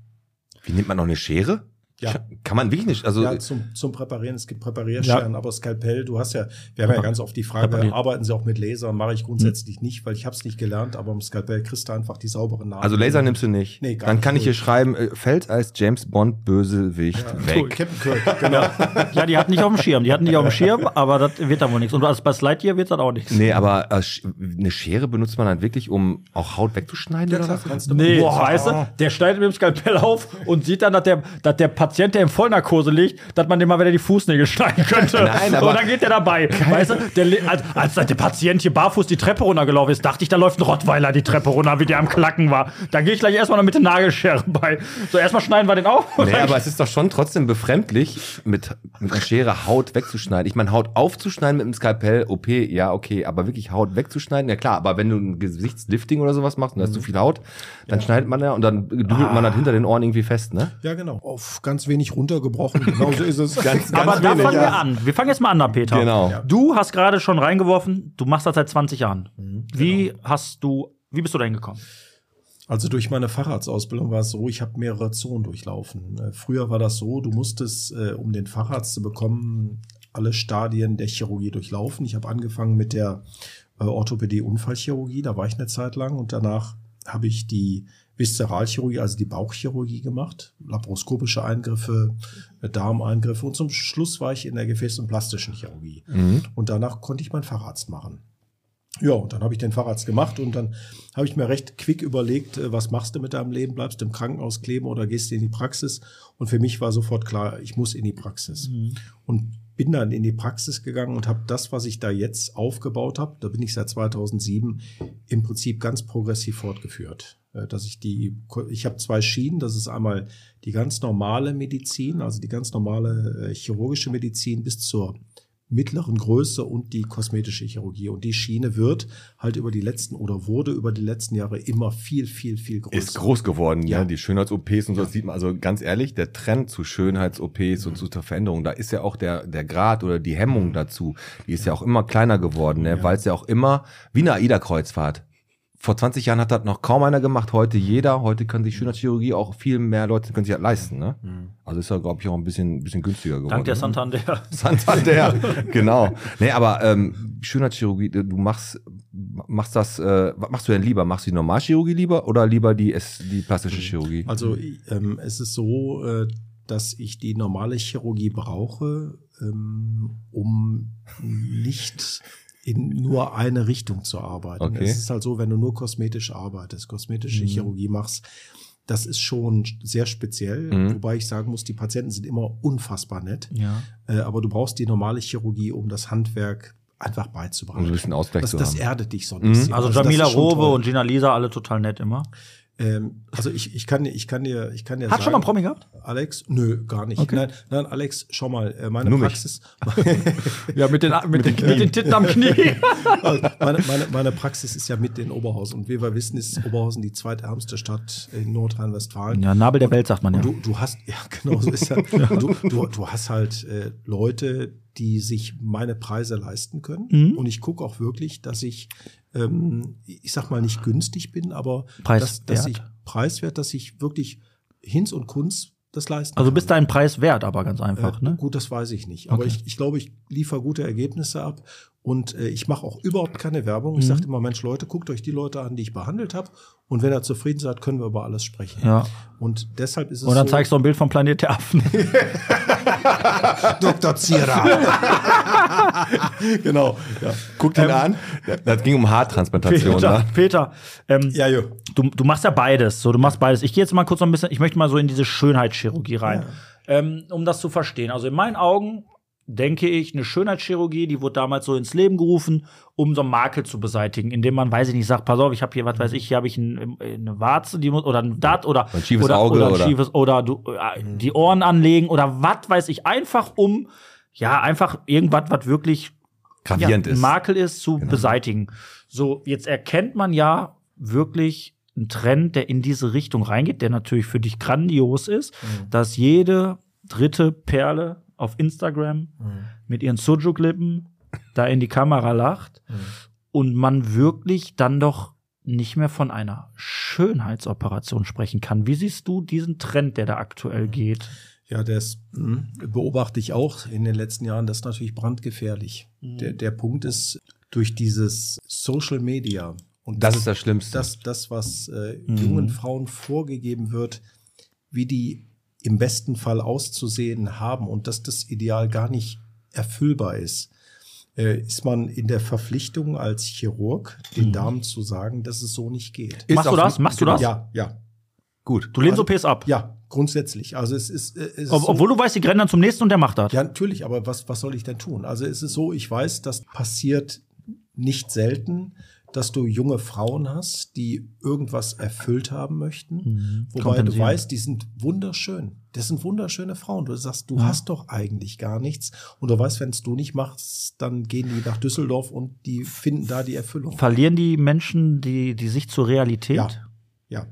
Wie nimmt man noch eine Schere? Ja. Sch- Kann man wirklich nicht. Also, ja, zum, zum Präparieren. Es gibt Präparierscheren, aber Skalpell, du hast ja, wir haben ja Hm. ganz oft die Frage, Präpariert. arbeiten Sie auch mit Laser? Mache ich grundsätzlich nicht, weil ich habe es nicht gelernt, aber im Skalpell kriegst du einfach die sauberen Namen. also Laser nimmst du nicht. Nee, gar dann nicht. kann ich hier schreiben, äh, fällt als James Bond Bösewicht Cool, weg. Captain Kirk, genau. Ja, die hatten nicht auf dem Schirm. Die hatten nicht auf dem Schirm, aber das wird dann wohl nichts. Und als bei Lightyear wird das auch nichts. Nee, aber äh, Sch- eine Schere benutzt man dann wirklich, um auch Haut wegzuschneiden oder was? kannst Nee, Boah. weißt du, der schneidet mit dem Skalpell auf und sieht dann, dass der, dass der Patient, der in Vollnarkose liegt, dass man dem mal wieder die Fußnägel schneiden könnte. Nein, aber- Und dann geht der dabei. Weißt du, der, le- als, als der Patient hier barfuß die Treppe runtergelaufen ist, dachte ich, da läuft ein Rottweiler die Treppe runter, wie der am Klacken war. Dann gehe ich gleich erstmal noch mit der Nagelschere bei. So, erstmal schneiden wir den auf. Nee, aber es ist doch schon trotzdem befremdlich, mit, mit einer Schere Haut wegzuschneiden. Ich meine, Haut aufzuschneiden mit einem Skalpell, OP, ja, okay, aber wirklich Haut wegzuschneiden, ja klar, aber wenn du ein Gesichtslifting oder sowas machst und da ist zu viel Haut, dann schneidet man Mhm. ja Ah. und dann dübelt man das hinter den Ohren irgendwie fest, ne? Ja, genau. Auf ganz wenig runtergebrochen. Genauso ist es. Ganz, ganz aber da wenig, fangen wir ja. an. Wir fangen jetzt mal an, da, Peter. Genau. Ja. Du hast gerade schon reingeworfen, du machst das seit 20 Jahren. Mhm, genau. Wie hast du, wie bist du da hingekommen? Also durch meine Facharztausbildung war es so, ich habe mehrere Zonen durchlaufen. Äh, Früher war das so, du musstest, äh, um den Facharzt zu bekommen, alle Stadien der Chirurgie durchlaufen. Ich habe angefangen mit der äh, Orthopädie-Unfallchirurgie, da war ich eine Zeit lang und danach habe ich die Viszeralchirurgie, also die Bauchchirurgie gemacht, laparoskopische Eingriffe, äh, Darmeingriffe und zum Schluss war ich in der Gefäß- und plastischen Chirurgie. Mhm. Und danach konnte ich meinen Facharzt machen. Ja, und dann habe ich den Facharzt gemacht und dann habe ich mir recht quick überlegt, äh, was machst du mit deinem Leben? Bleibst du im Krankenhaus kleben oder gehst du in die Praxis? Und für mich war sofort klar, ich muss in die Praxis. Und bin dann in die Praxis gegangen und habe das, was ich da jetzt aufgebaut habe, da bin ich seit 2007 im Prinzip ganz progressiv fortgeführt. Äh, Dass ich die, ich habe zwei Schienen. Das ist einmal die ganz normale Medizin, also die ganz normale äh, chirurgische Medizin bis zur mittleren Größe und die kosmetische Chirurgie. Und die Schiene wird halt über die letzten oder wurde über die letzten Jahre immer viel, viel, viel größer. Ist groß geworden, ja. Ja. Die Schönheits-OPs und so, das sieht man. Also ganz ehrlich, der Trend zu Schönheits-OPs und zu Veränderung, da ist ja auch der, der Grad oder die Hemmung dazu, die ist ja auch immer kleiner geworden, ne? weil es ja auch immer wie eine AIDA-Kreuzfahrt. Vor 20 Jahren hat das noch kaum einer gemacht, heute jeder. Heute kann sich Schönheitschirurgie auch viel mehr Leute können sich das leisten. Ne? Also ist ja, glaube ich, auch ein bisschen, bisschen günstiger geworden. Dank der Mhm. ne? Santander. Santander, genau. Nee, aber ähm, Schönheitschirurgie, du machst, machst das, äh, was machst du denn lieber? Machst du die Normalchirurgie lieber oder lieber die, es- die plastische Chirurgie? Also Mhm. ähm, es ist so, äh, dass ich die normale Chirurgie brauche, ähm, um nicht in nur eine Richtung zu arbeiten. Okay. Es ist halt so, wenn du nur kosmetisch arbeitest, kosmetische Mhm. Chirurgie machst, das ist schon sehr speziell, Mhm. wobei ich sagen muss, die Patienten sind immer unfassbar nett, Ja. äh, aber du brauchst die normale Chirurgie, um das Handwerk einfach Um so beizubringen. ein bisschen Ausgleich das, zu das haben. erdet dich so ein Mhm. bisschen. Also das Jamila ist schon Rowe toll. und Gina Lisa, alle total nett immer. ähm, also ich, ich kann dir- ich kann dir ich kann dir Hat sagen, schon mal einen Promi gehabt? Alex? Nö, gar nicht. Nein, nein, Alex, schau mal, äh, meine Nur mich. Praxis, Ja, mit den, mit den, mit den Titten am Knie. meine, meine, meine Praxis ist ja mit in Oberhausen. Und wie wir wissen, ist Oberhausen die zweitärmste Stadt in Nordrhein-Westfalen. Ja, Nabel der Welt, sagt man ja. Du, du hast, ja, genau so ist ja. Du, du, du hast halt äh, Leute, die sich meine Preise leisten können. Und ich gucke auch wirklich, dass ich, ähm, ich sag mal, nicht günstig bin, aber dass, dass Preiswert. ich preiswert, dass ich wirklich Hinz und Kunst das leisten Also kann. bist deinen Preis wert, aber ganz einfach, Äh, ne? Gut, das weiß ich nicht. Aber Okay. ich, ich glaube, ich liefere gute Ergebnisse ab und äh, ich mache auch überhaupt keine Werbung. Ich Mhm. sage immer, Mensch, Leute, guckt euch die Leute an, die ich behandelt habe. Und wenn ihr zufrieden seid, können wir über alles sprechen. Ja. Und deshalb ist es Und dann so, zeigst du ein Bild vom Planet der Affen. Dr. Zierer. genau. Ja, Guck den an. Ja, Das ging um Haartransplantation. Peter, Ne? Peter ähm, ja jo. du, du machst ja beides. So, du machst beides. Ich gehe jetzt mal kurz noch ein bisschen, ich möchte mal so in diese Schönheitschirurgie rein, ähm, um das zu verstehen. Also in meinen Augen denke ich, eine Schönheitschirurgie, die wurde damals so ins Leben gerufen, um so einen Makel zu beseitigen, indem man, weiß ich nicht, sagt, pass auf, ich habe hier, was weiß ich, hier habe ich ein, eine Warze, die muss, oder ein Dat oder Ein schiefes oder, Auge oder, ein oder- schiefes, oder du, äh, die Ohren anlegen oder was weiß ich, einfach um, ja, einfach irgendwas, was wirklich Gravierend ja, ist. Genau. Makel ist zu beseitigen. So, jetzt erkennt man ja wirklich einen Trend, der in diese Richtung reingeht, der natürlich für dich grandios ist, Mhm. dass jede dritte Perle auf Instagram mit ihren Sujuk-Lippen da in die Kamera lacht Mhm. und man wirklich dann doch nicht mehr von einer Schönheitsoperation sprechen kann. Wie siehst du diesen Trend, der da aktuell geht? Ja, das mhm, beobachte ich auch in den letzten Jahren. Das ist natürlich brandgefährlich. Mhm. Der, der Punkt ist, durch dieses Social Media und Das ist das Schlimmste. das, das was äh, Mhm. jungen Frauen vorgegeben wird, wie die im besten Fall auszusehen haben und dass das Ideal gar nicht erfüllbar ist, äh, ist man in der Verpflichtung als Chirurg, den Damen zu sagen, dass es so nicht geht. Ist Machst du auch- Mhm. das? Machst du das? Ja, ja, Gut. Du lehnst OPs ab. ja. grundsätzlich. Also es ist, äh, es ist Ob, so- obwohl du weißt, die rennen dann zum nächsten und der macht das. ja, natürlich, aber was, was soll ich denn tun? Also es ist so, ich weiß, das passiert nicht selten, dass du junge Frauen hast, die irgendwas erfüllt haben möchten. Mhm. Wobei du kompensieren. weißt, die sind wunderschön. Das sind wunderschöne Frauen. Du sagst, du hast doch eigentlich gar nichts. Und du weißt, wenn es du nicht machst, dann gehen die nach Düsseldorf und die finden da die Erfüllung. Verlieren die Menschen die, die Sicht zur Realität? Ja. Ja.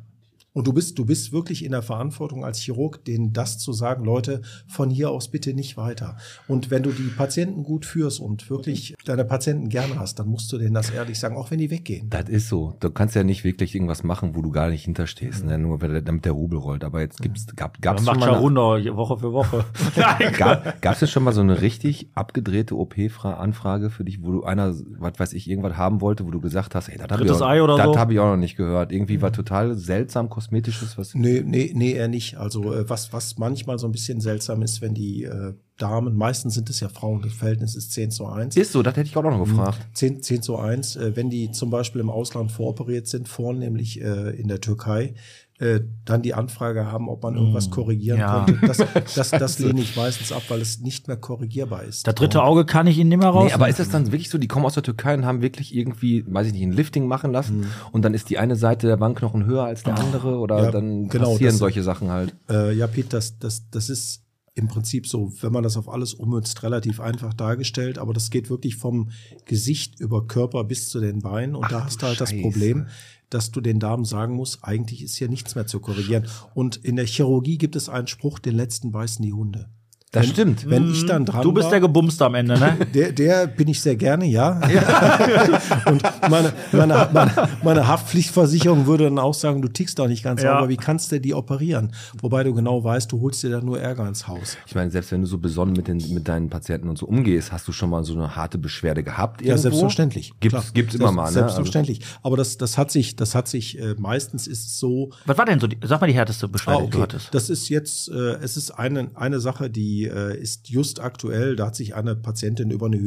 Und du bist, du bist wirklich in der Verantwortung als Chirurg, denen das zu sagen, Leute, von hier aus bitte nicht weiter. Und wenn du die Patienten gut führst und wirklich deine Patienten gerne hast, dann musst du denen das ehrlich sagen, auch wenn die weggehen. Das ist so. Du kannst ja nicht wirklich irgendwas machen, wo du gar nicht hinterstehst, ne? nur weil der- damit der Rubel rollt. Aber jetzt gibt's, gab, Dann gab's schon macht mal ja eine, runter, Woche für Woche. Nein, gab, gab's denn schon mal so eine richtig abgedrehte OP-Anfrage für dich, wo du einer, was weiß ich, irgendwas haben wollte, wo du gesagt hast, ey, das habe ich, Drittes auch- Ei oder das so? hab ich auch noch nicht gehört. Irgendwie war total seltsam kosmetisches, was Nee, nee, nee, eher nicht. Also äh, was, was manchmal so ein bisschen seltsam ist, wenn die äh, Damen, meistens sind es ja Frauen, das Verhältnis ist 10 zu 1. ist so, das hätte ich auch noch gefragt. 10, 10 zu 1, äh, wenn die zum Beispiel im Ausland voroperiert sind, vornehmlich äh, in der Türkei, äh, dann die Anfrage haben, ob man irgendwas korrigieren Hm, Ja. konnte. Das, das, das lehne ich meistens ab, weil es nicht mehr korrigierbar ist. Das dritte Auge kann ich ihnen nicht mehr raus. Nee, aber ist das dann wirklich so, die kommen aus der Türkei und haben wirklich irgendwie, weiß ich nicht, ein Lifting machen lassen und dann ist die eine Seite der Wangenknochen höher als der andere oder Hm. Ah. Ja, dann genau, passieren das- solche Sachen halt. Äh, ja, Pete, das, das, das ist im Prinzip so, wenn man das auf alles ummünzt, relativ einfach dargestellt, aber das geht wirklich vom Gesicht über Körper bis zu den Beinen und da hast du halt Scheiße. das Problem, dass du den Damen sagen musst, eigentlich ist hier nichts mehr zu korrigieren. Und in der Chirurgie gibt es einen Spruch, den letzten beißen die Hunde. Das stimmt. Wenn ich dann dran Mhm. du bist der war, Gebumste am Ende, ne? der, der bin ich sehr gerne, ja. und meine, meine, meine, meine Haftpflichtversicherung würde dann auch sagen, du tickst doch nicht ganz Ja. sauber, wie kannst du die operieren? Wobei du genau weißt, du holst dir da nur Ärger ins Haus. Ich meine, selbst wenn du so besonnen mit, den, mit deinen Patienten und so umgehst, hast du schon mal so eine harte Beschwerde gehabt irgendwo? Ja, selbstverständlich. Gibt's, Klar. gibt's immer Selbst- mal, ne? Selbstverständlich. Aber das, das hat sich, das hat sich, äh, meistens ist es so, Was war denn so die, sag mal die härteste Beschwerde, die du hattest? Ah, Das ist jetzt, äh, es ist eine, eine Sache, die äh, ist just aktuell. Da hat sich eine Patientin über eine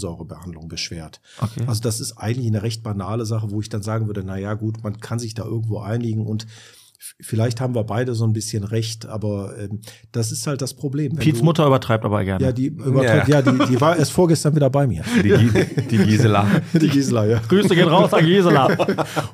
Hyaluronsäurebehandlung beschwert. Also das ist eigentlich eine recht banale Sache, wo ich dann sagen würde, na ja, gut, man kann sich da irgendwo einigen und f- vielleicht haben wir beide so ein bisschen recht, aber ähm, das ist halt das Problem. Wenn Piets du- Mutter übertreibt aber gerne. Ja, die, übertreibt- ja. die, die war erst vorgestern wieder bei mir. Also, die, Gi- die Gisela. Die Gisela, ja. Grüße gehen raus an Gisela.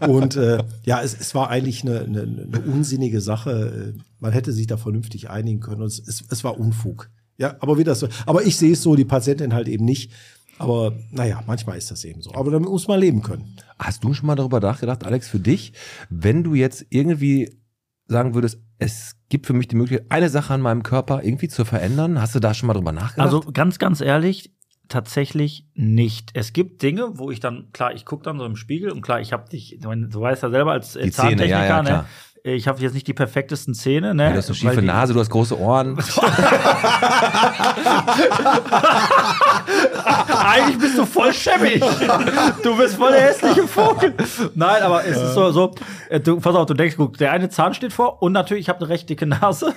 Und äh, ja, es, es war eigentlich eine, eine, eine unsinnige Sache. Äh, Man hätte sich da vernünftig einigen können. Und es, es, es war Unfug. Ja, aber wie das so. Aber ich sehe es so, die Patientin halt eben nicht. Aber naja, manchmal ist das eben so. Aber damit muss man leben können. Hast du schon mal darüber nachgedacht, Alex, für dich, wenn du jetzt irgendwie sagen würdest, es gibt für mich die Möglichkeit, eine Sache an meinem Körper irgendwie zu verändern, hast du da schon mal drüber nachgedacht? Also ganz, ganz ehrlich, tatsächlich nicht. Es gibt Dinge, wo ich dann, klar, ich gucke dann so im Spiegel und klar, ich habe dich, ich meine, du weißt ja selber als äh, Die Zähne, Zahntechniker, ja, ja, ne? klar. Ich habe jetzt nicht die perfektesten Zähne, ne? du hast eine Weil schiefe die- Nase, du hast große Ohren. Eigentlich bist du voll schäbig. Du bist voll der hässliche Vogel. Nein, aber es ist so, so äh, du, pass auf, du denkst, guck, der eine Zahn steht vor und natürlich, ich habe eine recht dicke Nase.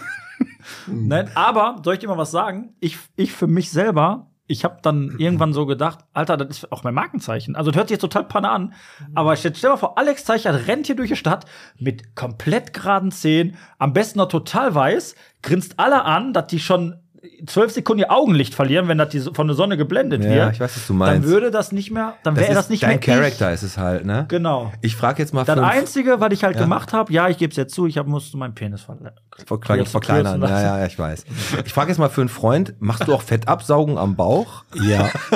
Nein, aber soll ich dir mal was sagen? Ich, ich für mich selber, ich habe dann irgendwann so gedacht, Alter, das ist auch mein Markenzeichen. Also das hört sich jetzt total panne an. Aber jetzt stell mal vor, Alex Zeichert rennt hier durch die Stadt mit komplett geraden Zähnen, am besten noch total weiß, grinst alle an, dass die schon zwölf Sekunden ihr Augenlicht verlieren, wenn das die so- von der Sonne geblendet Ja, wird. ich weiß, was du meinst. Dann würde das nicht mehr, dann wäre ist das nicht dein mehr Charakter ist es halt, ne? Ich. Genau. Ich frage jetzt mal Das fünf- Einzige, was ich halt gemacht habe, ja, ich gebe es jetzt zu, ich hab, musste meinen Penis verlängern. Verklein, verkleinern. Ja, ja, ja, ich weiß. Ich frage jetzt mal für einen Freund, machst du auch Fettabsaugen am Bauch? Ja,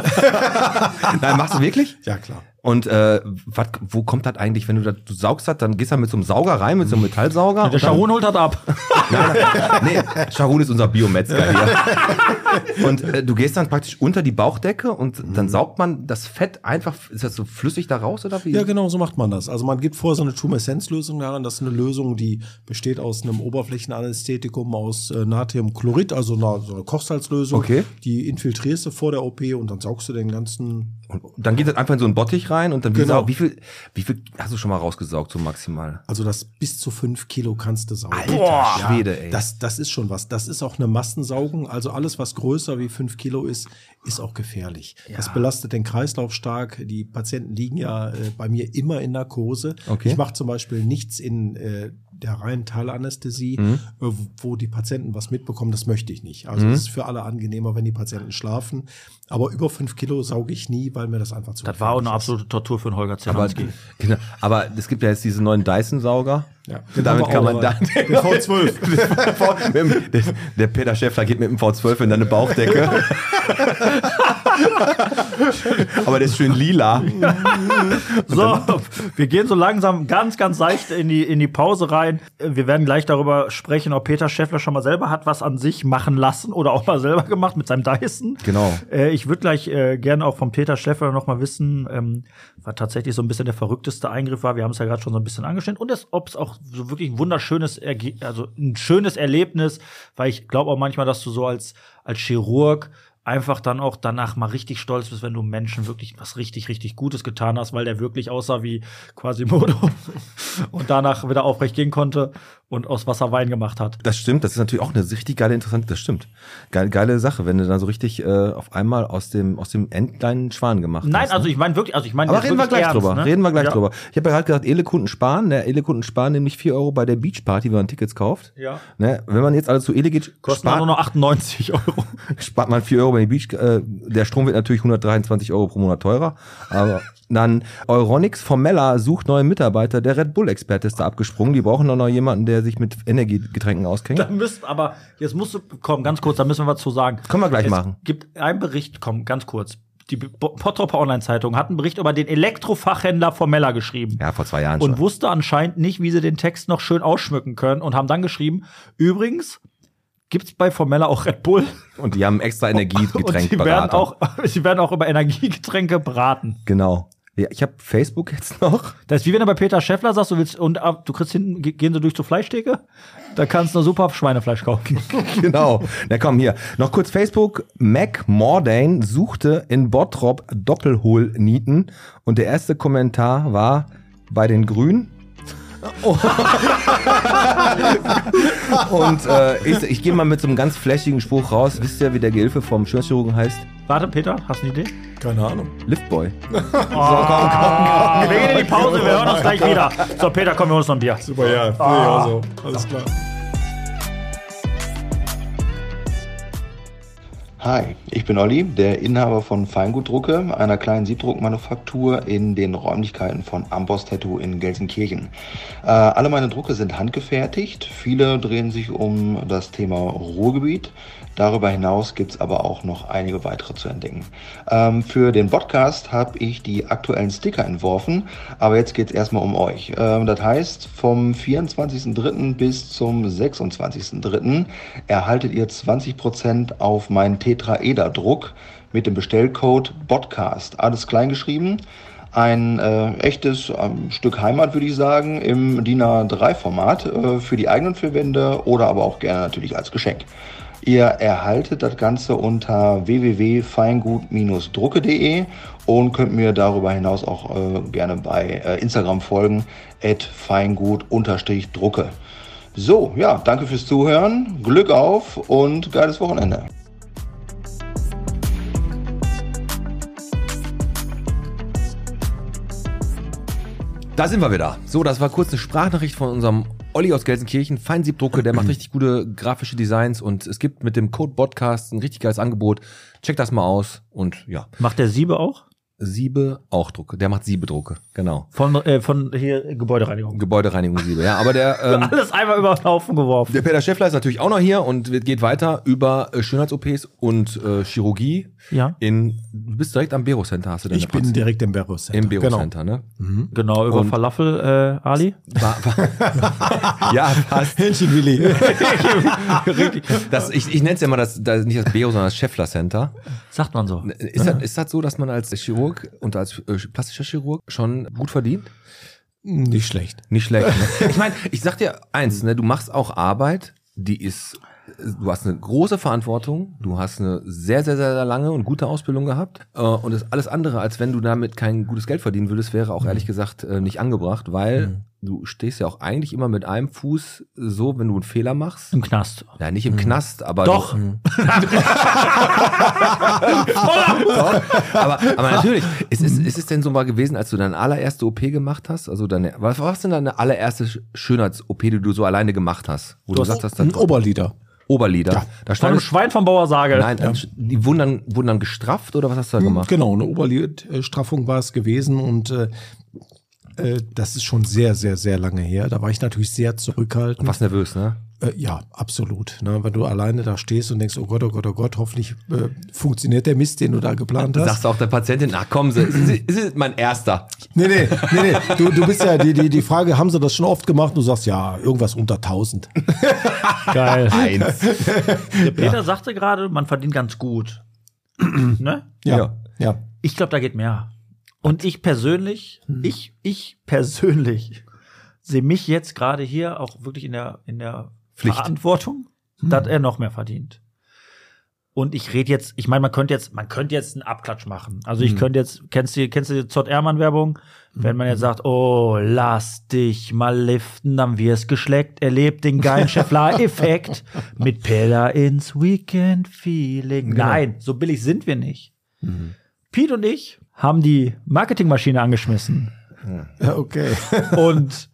Nein, machst du wirklich? ja klar. Und äh, wat, wo kommt das eigentlich, wenn du das du saugst das, dann gehst du da mit so einem Sauger rein, mit so einem Metallsauger? und Der dann- Sharon holt das ab. Nee, Sharon ist unser Biometzger hier. Und äh, du gehst dann praktisch unter die Bauchdecke und dann Mhm. saugt man das Fett einfach, ist das so flüssig da raus oder wie? Ja, genau so macht man das. Also man gibt vor so eine Tumescence-Lösung daran. Das ist eine Lösung, die besteht aus einem Oberflächenanästhetikum, aus äh, Natriumchlorid, also einer, so eine Kochsalzlösung. Okay. Die infiltrierst du vor der OP und dann saugst du den ganzen Und dann geht das einfach in so einen Bottich rein und dann wie, Genau. sau- wie viel wie viel hast du schon mal rausgesaugt so maximal? Also das bis zu fünf Kilo kannst du saugen. Alter Schwede, ey. Das, das ist schon was. Das ist auch eine Massensaugung. Also alles, was größer wie fünf Kilo ist, ist auch gefährlich. Das belastet den Kreislauf stark. Die Patienten liegen ja äh, bei mir immer in Narkose. Okay. Ich mache zum Beispiel nichts in äh, der reinen Teilanästhesie, äh, wo die Patienten was mitbekommen, das möchte ich nicht. Also es ist für alle angenehmer, wenn die Patienten schlafen. Aber über fünf Kilo sauge ich nie, weil mir das einfach zu Das war auch eine gefährlich absolute Tortur für den Holger Aber, Zelanski. genau, aber es gibt ja jetzt diese neuen Dyson-Sauger. ist. Ja, den Damit haben wir kann auch man da. dabei. Den V12. Mit dem- der, der Peter Schäffler geht mit dem V12 in deine Bauchdecke. aber der ist schön lila. So, wir gehen so langsam ganz, ganz leicht in die, in die Pause rein. Äh, Wir werden gleich darüber sprechen, ob Peter Schäffler schon mal selber hat was an sich machen lassen oder auch mal selber gemacht mit seinem Dyson. Genau. Äh, ich würde gleich äh, gerne auch vom Peter Schäffler noch mal wissen, ähm, was tatsächlich so ein bisschen der verrückteste Eingriff war. Wir haben es ja gerade schon so ein bisschen angestellt. Und ob es auch so wirklich ein wunderschönes, Erge also ein schönes Erlebnis, weil ich glaube auch manchmal, dass du so als, als Chirurg einfach dann auch danach mal richtig stolz bist, wenn du Menschen wirklich was richtig, richtig Gutes getan hast, weil der wirklich aussah wie Quasimodo und danach wieder aufrecht gehen konnte und aus Wasser Wein gemacht hat. Das stimmt, das ist natürlich auch eine richtig geile, interessante, das stimmt. Geile, geile Sache, wenn du dann so richtig äh, auf einmal aus dem, aus dem Endlein Schwan gemacht hast. Nein, ne? also ich meine wirklich, also ich meine Aber jetzt reden wir wirklich gleich ernst, drüber. ne? Reden wir gleich ja. drüber. Ich habe ja gerade gesagt, Elekunden sparen. Ne? Elekunden sparen nämlich 4 Euro bei der Beachparty, wenn man Tickets kauft. Ja. Ne? Wenn man jetzt alle zu Ele geht, Kostet nur noch 98 Euro. spart man 4 Euro bei der Beach. Äh, der Strom wird natürlich 123 Euro pro Monat teurer. Aber dann Euronix Formella sucht neue Mitarbeiter. Der Red Bull-Experte ist da abgesprungen. Die brauchen doch noch jemanden, der sich mit Energiegetränken auskennt. Da müssen, aber jetzt musst du, komm, ganz kurz, da müssen wir was zu sagen. Können wir gleich es machen. gibt einen Bericht, komm, ganz kurz. Die B- Pottropper Online-Zeitung hat einen Bericht über den Elektrofachhändler Formella geschrieben. Ja, vor zwei Jahren schon. und wusste anscheinend nicht, wie sie den Text noch schön ausschmücken können und haben dann geschrieben, übrigens gibt's bei Formella auch Red Bull Und die haben extra und die werden, Energiegetränkberater. auch, die werden auch über Energiegetränke beraten. Genau. Ja, ich habe Facebook jetzt noch. Das ist wie wenn du bei Peter Schäffler sagst, du willst und ah, du kriegst hinten, ge- gehen sie durch zur Fleischtheke, da kannst du super Schweinefleisch kaufen. genau. Na komm, hier. Noch kurz Facebook. Mac Mordain suchte in Bottrop Doppelhohlnieten. Und der erste Kommentar war bei den Grünen. Und äh, ich, ich gehe mal mit so einem ganz flächigen Spruch raus. Wisst ihr, wie der Gehilfe vom Schönheitschirurgen heißt? Warte, Peter, hast du eine Idee? Keine Ahnung. Liftboy. Ah, wir gehen in die Pause, wir hören uns gleich wieder. So, Peter, komm, wir holen uns noch ein Bier. Super, ja. Ah. so. Alles klar. Hi, ich bin Olli, der Inhaber von Feingutdrucke, einer kleinen Siebdruckmanufaktur in den Räumlichkeiten von Amboss Tattoo in Gelsenkirchen. Äh, alle meine Drucke sind handgefertigt. Viele drehen sich um das Thema Ruhrgebiet. Darüber hinaus gibt's aber auch noch einige weitere zu entdecken. Ähm, für den Podcast habe ich die aktuellen Sticker entworfen, aber jetzt geht's erstmal um euch. Ähm, das heißt, vom 24.03. bis zum 26.03. erhaltet ihr 20% auf meinen Tetraeder-Druck mit dem Bestellcode BODCAST. Alles klein geschrieben. Ein äh, echtes ähm, Stück Heimat, würde ich sagen, im DIN A3-Format äh, für die eigenen vier Wände oder aber auch gerne natürlich als Geschenk. Ihr erhaltet das Ganze unter www.feingut-drucke.de und könnt mir darüber hinaus auch äh, gerne bei äh, Instagram folgen, at feingut-drucke. So, ja, danke fürs Zuhören, Glück auf und geiles Wochenende. Da sind wir wieder. So, das war kurz eine Sprachnachricht von unserem Olli aus Gelsenkirchen, Feinsiebdrucke, der macht richtig gute grafische Designs und es gibt mit dem Code Podcast ein richtig geiles Angebot. Checkt das mal aus und ja, Macht der Siebe auch? Siebe auch Drucke. Der macht Siebedrucke, genau. Von, äh, von hier Gebäudereinigung. Gebäudereinigung Siebe, ja, aber der ähm, Alles einmal über den Haufen geworfen. der Peter Schäffler ist natürlich auch noch hier und wird- geht weiter über äh, Schönheits-OPs und äh, Chirurgie Ja. in du bist direkt am Bero Center hast du deine Ich bin Praxis. direkt im Barrow Center. im Bero Center, ne? Genau, über Und- Falafel, äh, Ali. War, war, ja, passt. Genau. Hähnchenwilli. Richtig. Das, ich ich nenne es ja immer das, das, nicht das Bero, sondern das Scheffler Center. Sagt man so. Ist, das, ist das so, dass man als Chirurg und als äh, plastischer Chirurg schon gut verdient? Nicht schlecht. Nicht schlecht. Ne? Ich meine, ich sag dir eins, ne, du machst auch Arbeit, die ist du hast eine große Verantwortung, du hast eine sehr, sehr, sehr, sehr lange und gute Ausbildung gehabt äh, und das alles andere, als wenn du damit kein gutes Geld verdienen würdest, wäre auch ehrlich gesagt äh, nicht angebracht, weil du stehst ja auch eigentlich immer mit einem Fuß so, wenn du einen Fehler machst. Im Knast. Ja, nicht im Knast, aber Doch. Du, Hm. Doch. Aber, aber natürlich, ist, ist, ist es denn so mal gewesen, als du deine allererste OP gemacht hast? Also deine, was war denn deine allererste Sch- Schönheits-OP, die du so alleine gemacht hast? Wo du gesagt hast, das Ein Oberlieder. Oberlider. Da Von einem schneidest, Schwein vom Bauer Sage. nein, also die wurden dann, wurden dann gestrafft oder was hast du da gemacht? Genau, eine Oberstraffung war es gewesen und äh, äh, das ist schon sehr, sehr, sehr lange her. Da war ich natürlich sehr zurückhaltend. Was nervös, ne? Äh, ja, absolut. Ne? Wenn du alleine da stehst und denkst, oh Gott, oh Gott, oh Gott, hoffentlich äh, funktioniert der Mist, den du da geplant hast. Sagst du auch der Patientin, na komm, sie, sie, sie ist mein erster. Nee, nee, nee, nee. Du, du bist ja, die, die, die Frage, haben sie das schon oft gemacht? Du sagst, ja, irgendwas unter 1000. Geil. Eins. Der Peter sagte gerade, man verdient ganz gut. ne? Ja, ja. Ich glaube, da geht mehr. Und ich persönlich, ich, ich persönlich sehe mich jetzt gerade hier auch wirklich in der, in der Pflicht. Verantwortung, dass er noch mehr verdient. Und ich rede jetzt, ich meine, man könnte jetzt, man könnte jetzt einen Abklatsch machen. Also ich könnte jetzt, kennst du, kennst du die Zott Ehrmann Werbung? Wenn man jetzt sagt, oh, lass dich mal liften, dann wirst geschleckt, erlebt den geilen Scheffler-Effekt mit Pillar ins Weekend-Feeling. Nein, so billig sind wir nicht. Pete und ich haben die Marketingmaschine angeschmissen Ja, okay. und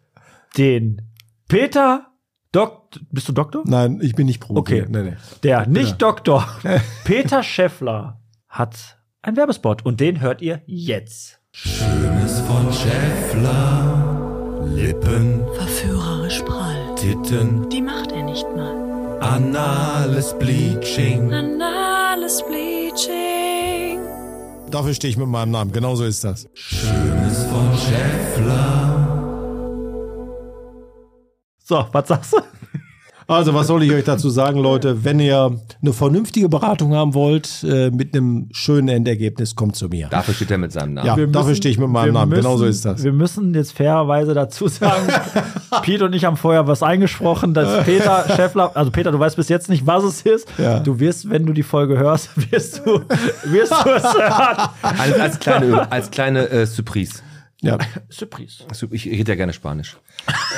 den Peter Dok bist du Doktor? Nein, ich bin nicht provokiert. Okay. Nee, nee. Der nicht Doktor Peter Scheffler hat einen Werbespot und den hört ihr jetzt. Schönes von Schäffler. Lippen, Verführerisch prall, Titten, die macht er nicht mal. anales Bleaching. Anales Bleaching. Dafür stehe ich mit meinem Namen. Genauso ist das. Schönes von Schäffler. So, was sagst du? Also, was soll ich euch dazu sagen, Leute? Wenn ihr eine vernünftige Beratung haben wollt, äh, mit einem schönen Endergebnis, kommt zu mir. Dafür steht er mit seinem Namen. Ja. Wir Dafür stehe ich mit meinem wir Namen. Genau so ist das. Wir müssen jetzt fairerweise dazu sagen, Pete und ich haben vorher was eingesprochen, dass Peter Schäffler, also Peter, du weißt bis jetzt nicht, was es ist. Ja. Du wirst, wenn du die Folge hörst, wirst du, wirst du es hören. Als, als kleine, Üb- als kleine äh, Surprise. Ja. Surprise. Also, Ich rede ja gerne Spanisch.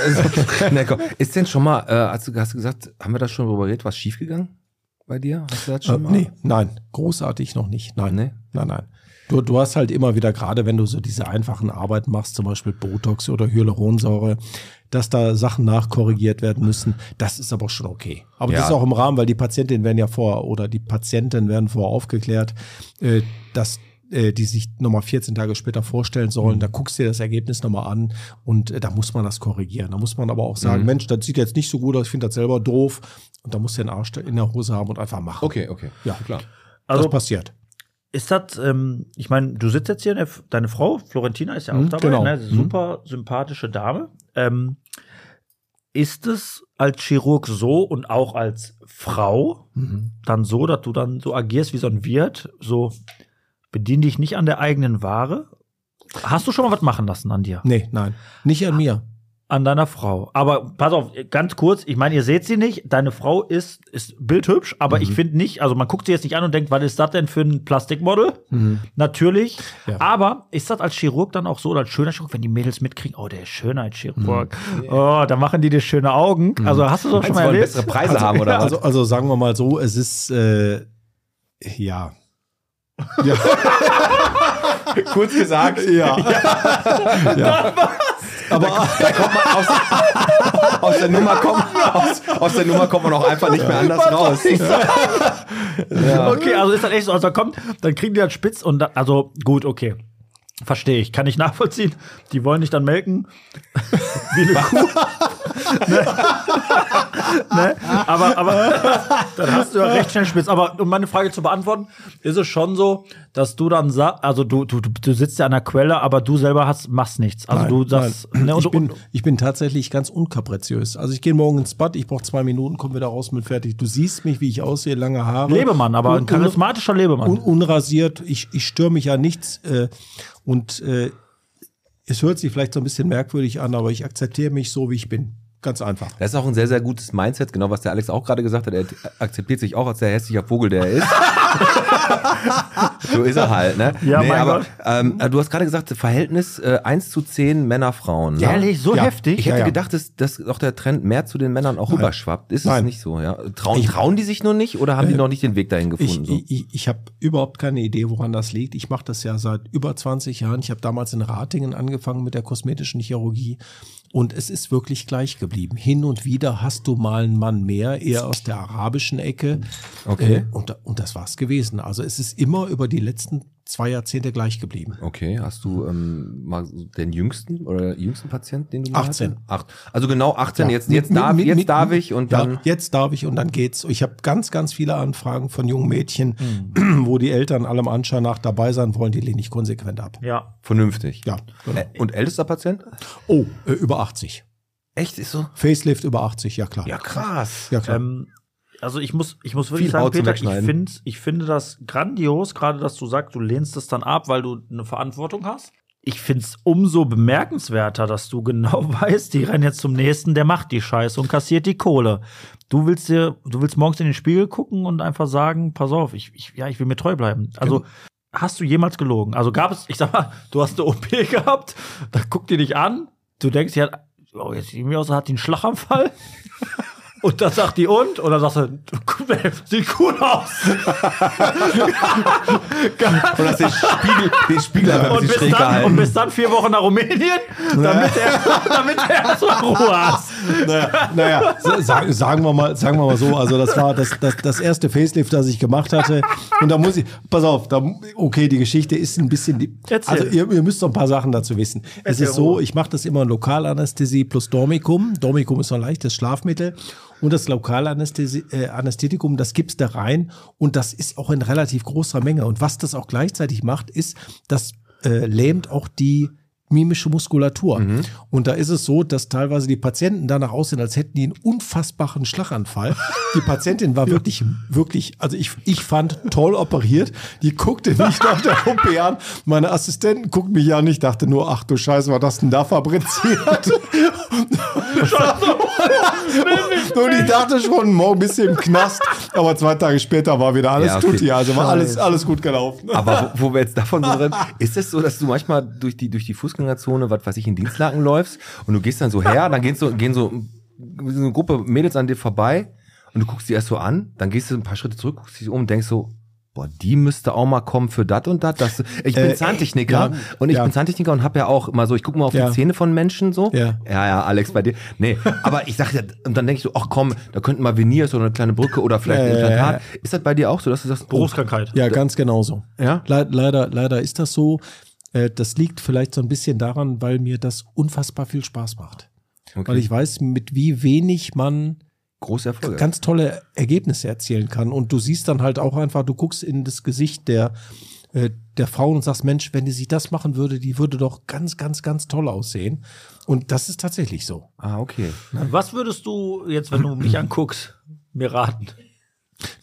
Also, na komm, ist denn schon mal, äh, hast, du, hast du gesagt, haben wir da schon drüber geredet, was schiefgegangen bei dir? Hast du das schon Äh, mal? ne? nee, nein. Großartig noch nicht. Nein. Nee? Nein, nein. Du, du hast halt immer wieder, gerade wenn du so diese einfachen Arbeiten machst, zum Beispiel Botox oder Hyaluronsäure, dass da Sachen nachkorrigiert werden müssen. Das ist aber schon okay. Aber Ja. das ist auch im Rahmen, weil die Patientinnen werden ja vor oder die Patienten werden vorher aufgeklärt, äh, dass äh, die sich nochmal 14 Tage später vorstellen sollen. Da guckst du dir das Ergebnis nochmal an und äh, da muss man das korrigieren. Da muss man aber auch sagen, Mensch, das sieht jetzt nicht so gut aus, ich finde das selber doof. Und da musst du den Arsch in der Hose haben und einfach machen. Okay, okay. Ja, klar. das passiert. Ist das, ähm, ich meine, du sitzt jetzt hier, ne, f- deine Frau, Florentina, ist ja auch Mhm, dabei, genau. ne, super sympathische Dame. Ähm, ist es als Chirurg so und auch als Frau dann so, dass du dann so agierst wie so ein Wirt, so bedien dich nicht an der eigenen Ware? Hast du schon mal was machen lassen an dir? Nee, nein. Nicht an mir. An deiner Frau. Aber pass auf, ganz kurz, ich meine, ihr seht sie nicht. Deine Frau ist, ist bildhübsch, aber Mhm. ich finde nicht, also man guckt sie jetzt nicht an und denkt, was ist das denn für ein Plastikmodel? Mhm. Natürlich. Ja. Aber ist das als Chirurg dann auch so oder als schöner Chirurg, wenn die Mädels mitkriegen, oh, der ist Schönheitschirurg. Oh, da machen die dir schöne Augen. Also hast du das Mhm. Meinst du, schon mal wollen erlebt? bessere Preise haben oder was? Also, also sagen wir mal so, es ist äh, ja. Ja, kurz gesagt, ja. da kommt man aus, aus, der Nummer kommt, aus, aus der Nummer kommt man auch einfach nicht mehr anders raus. Okay, also ist das echt so, also kommt, dann kriegen die halt spitz und dann, also gut, okay. Verstehe ich, kann ich nachvollziehen. Die wollen dich dann melken. Wie eine Kuh. ne? ne? Aber, aber dann hast du ja recht schnell spitz. Aber um meine Frage zu beantworten, ist es schon so, dass du dann sagst, also du, du, du sitzt ja an der Quelle, aber du selber hast, machst nichts. Also Nein, du sagst, nein. ne, und, ich, bin, und, ich bin tatsächlich ganz unkapriziös. Also ich gehe morgen ins Bad, ich brauche zwei Minuten, komme wieder raus mit fertig. Du siehst mich, wie ich aussehe, lange Haare. Lebemann, aber ein Un- un- charismatischer Lebemann. un unrasiert. Ich, ich störe mich ja nichts. Äh, und äh, es hört sich vielleicht so ein bisschen merkwürdig an, aber ich akzeptiere mich so, wie ich bin. Ganz einfach. Das ist auch ein sehr, sehr gutes Mindset, genau was der Alex auch gerade gesagt hat. Er akzeptiert sich auch als der hässliche Vogel, der er ist. so ist er halt, ne? Ja, mein aber Gott. ähm, du hast gerade gesagt, Verhältnis äh, 1 zu 10 Männer-Frauen. Ne? Ehrlich, so Ja. heftig? Ich hätte Ja, ja. gedacht, dass, dass auch der Trend mehr zu den Männern auch rüberschwappt. Ist es Nein. Äh, nicht so, ja? Trauen, trauen die sich nur nicht oder haben die noch nicht den Weg dahin Ich, gefunden? so? ich, ich, ich habe überhaupt keine Idee, woran das liegt. Ich mache das ja seit über 20 Jahren. Ich habe damals in Ratingen angefangen mit der kosmetischen Chirurgie und es ist wirklich gleich geblieben. Hin und wieder hast du mal einen Mann mehr, eher aus der arabischen Ecke. Okay. Äh, und, und das war's gewesen. Also es ist immer über die letzten zwei Jahrzehnte gleich geblieben. Okay, hast du ähm, mal so den jüngsten oder jüngsten Patienten, den du mal 18. hattest? Acht. Also genau 18, Ja. jetzt, jetzt, Mit- darf, mit- jetzt mit- darf ich und ja, dann. jetzt darf ich und dann geht's. Ich habe ganz, ganz viele Anfragen von jungen Mädchen, Mhm. wo die Eltern allem Anschein nach dabei sein wollen, die lehne ich konsequent ab. Ja. Vernünftig. Ja, genau. Ä- Und ältester Patient? Oh, äh, über 80. Echt? Ist so? Facelift über 80, ja klar. Ja, krass. Ja, klar. Ähm, also ich muss, ich muss wirklich Viel sagen, Haut zum Peter, ich, Wegschneiden. find, ich finde das grandios, gerade dass du sagst, du lehnst es dann ab, weil du eine Verantwortung hast. Ich finde es umso bemerkenswerter, dass du genau weißt, die rennen jetzt zum nächsten, der macht die Scheiße und kassiert die Kohle. Du willst dir, du willst morgens in den Spiegel gucken und einfach sagen, pass auf, ich, ich, ja, ich will mir treu bleiben. Also hast du jemals gelogen? Also gab es, ich sag mal, du hast eine OP gehabt, da guckt die dich an, du denkst, ja, oh, jetzt sieht mir aus, hat die einen Schlaganfall. Und dann sagt die und? Oder sagst du, sieht gut aus. Und hast den Spiegel, den Spiegel einfach ein Und bisschen bis, schräg dann, gehalten. und bis dann vier Wochen nach Rumänien, damit er, damit er erstmal Ruhe hat. Naja, naja sa- sagen, sagen, wir mal, sagen wir mal so, also das war das, das, das erste Facelift, das ich gemacht hatte. Und da muss ich, pass auf, da, okay, die Geschichte ist ein bisschen, die, Erzähl. also ihr, ihr müsst so ein paar Sachen dazu wissen. Es ist so, ich mache das immer in Lokalanästhesie plus Dormicum. Dormicum ist so ein leichtes Schlafmittel. Und das Lokalanästhetikum, äh, Anästhetikum, das gibst du rein und das ist auch in relativ großer Menge. Und was das auch gleichzeitig macht, ist, das äh, lähmt auch die mimische Muskulatur. Mhm. Und da ist es so, dass teilweise die Patienten danach aussehen, als hätten die einen unfassbaren Schlaganfall. Die Patientin war wirklich, wirklich, also ich, ich fand toll operiert. Die guckte mich nach der OP an. Meine Assistenten guckten mich an. Ich dachte nur, ach du Scheiße, war das denn da fabriziert? Und ich dachte schon, morgen bist du im Knast. Aber zwei Tage später war wieder alles Ja, okay. tutti. Also war alles, alles gut gelaufen. Aber wo, wo wir jetzt davon so drin, ist es so, dass du manchmal durch die, durch die Fußgängerzone, was weiß ich, in Dienstlaken läufst und du gehst dann so her, dann gehen so, gehen so, so eine Gruppe Mädels an dir vorbei und du guckst die erst so an, dann gehst du ein paar Schritte zurück, guckst dich um und denkst so, boah, die müsste auch mal kommen für dat und dat. das. Ich bin Äh, Zahntechniker ja, und ich ja. bin Zahntechniker und habe ja auch immer so, ich gucke mal auf Ja. die Zähne von Menschen so. Ja. ja, ja, Alex bei dir. Nee, aber ich sag ja, und dann denke ich so, ach komm, da könnten mal Veneers oder eine kleine Brücke oder vielleicht ein Ja, ja, ja, Implantat. Ist das bei dir auch so, dass du sagst, oh, Berufskrankheit. Ja, ganz genau so. Ja? Le leider, leider ist das so. Äh, Das liegt vielleicht so ein bisschen daran, weil mir das unfassbar viel Spaß macht. okay. Weil ich weiß, mit wie wenig man große Erfolge. ganz tolle Ergebnisse erzielen kann. Und du siehst dann halt auch einfach, du guckst in das Gesicht der, äh, der Frauen und sagst, Mensch, wenn die sich das machen würde, die würde doch ganz, ganz, ganz toll aussehen. Und das ist tatsächlich so. Ah, okay. Was würdest du jetzt, wenn du mich anguckst, mir raten?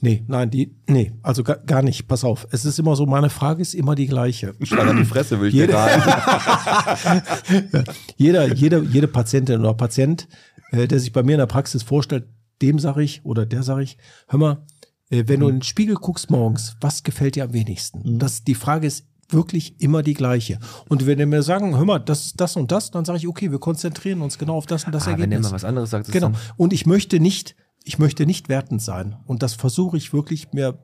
Nee, nein, die, nee, also gar, gar nicht. Pass auf. Es ist immer so, meine Frage ist immer die gleiche. Schlag an die Hm. Fresse, Ah, würde ich dir Jede- raten. jeder, jeder, jede Patientin oder Patient, äh, der sich bei mir in der Praxis vorstellt, dem sage ich oder der sage ich, hör mal, äh, wenn du in den Spiegel guckst morgens, was gefällt dir am wenigsten? Das, die Frage ist wirklich immer die gleiche. Und wenn die mir sagen, hör mal, das ist das und das, dann sage ich, okay, wir konzentrieren uns genau auf das und das Ah, wenn der Ergebnis. mal was anderes sagt, ist genau. dann- Und ich möchte nicht, ich möchte nicht wertend sein. Und das versuche ich wirklich mir,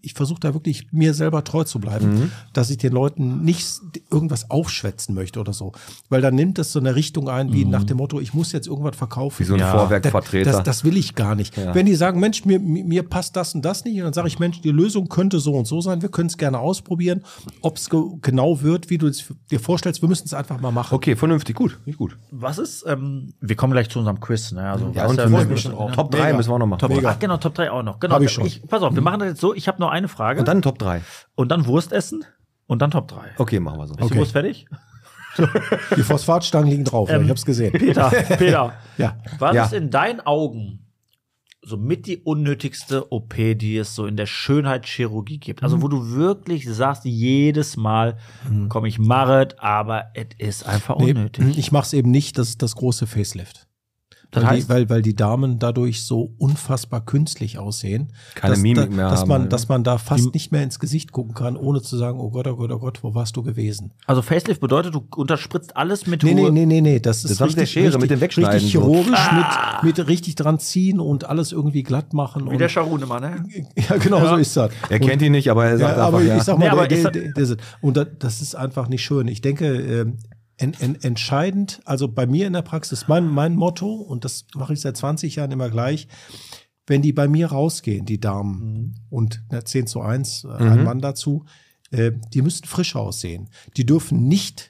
ich versuche da wirklich mir selber treu zu bleiben, Mhm. dass ich den Leuten nicht s- irgendwas aufschwätzen möchte oder so. Weil dann nimmt das so eine Richtung ein, wie nach dem Motto, ich muss jetzt irgendwas verkaufen. Mhm. Wie so ein Vorwerkvertreter. Das, das will ich gar nicht. Wenn die sagen, Mensch, mir, mir mir passt das und das nicht, und dann sage ich, Mensch, die Lösung könnte so und so sein, wir können es gerne ausprobieren, ob es ge genau wird, wie du es dir vorstellst, wir müssen es einfach mal machen. Okay, vernünftig, gut, nicht gut. Was ist, ähm, wir kommen gleich zu unserem Quiz, ne? Also, Ja, ne? weißt und du, wir wir müssen müssen- schon drauf. Top drei müssen wir auch noch machen. Top, Mega. ach, genau, Top 3 auch noch. Genau. Hab ich schon. pass auf, wir machen das jetzt so, ich habe nur eine Frage. Und dann Top 3. und dann Wurst essen und dann Top 3. Okay, machen wir so. Ist die Wurst fertig? Die Phosphatstangen liegen drauf, ja, Ähm, ich habe es gesehen. Peter, Peter, Ja. was Ja. ist in deinen Augen somit die unnötigste OP, die es so in der Schönheitschirurgie gibt? Also, wo du wirklich sagst, jedes Mal komm ich Marit, aber es ist einfach Hm. Nee, hm, unnötig. Ich mache es eben nicht, das ist das große Facelift. Das weil, heißt- die, weil, weil die Damen dadurch so unfassbar künstlich aussehen, Keine dass, Mimik da, mehr dass haben, man, ne? dass man da fast Die- nicht mehr ins Gesicht gucken kann, ohne zu sagen, oh Gott, oh Gott, oh Gott, wo warst du gewesen? Also Facelift bedeutet, du unterspritzt alles mit Nee, nee, Ruhe. nee, nee, nee, das ist haben sie der Schere mit dem Wegschneiden richtig so. Ah! chirurgisch mit, mit richtig dran ziehen und alles irgendwie glatt machen. Wie der Und, Scharune, Mann, ne? ja, genau so ist das. Er Und- kennt ihn nicht, aber er sagt ja, einfach, aber ja. ich sag mal, Nee, aber der, ist der, das- der, der, und da, das ist einfach nicht schön. Ich denke, ähm, en, en, entscheidend, also bei mir in der Praxis, mein, mein Motto, und das mache ich seit 20 Jahren immer gleich, wenn die bei mir rausgehen, die Mhm. Damen, und na, 10 zu 1, äh, Mhm. ein Mann dazu, äh, die müssen frisch aussehen. Die dürfen nicht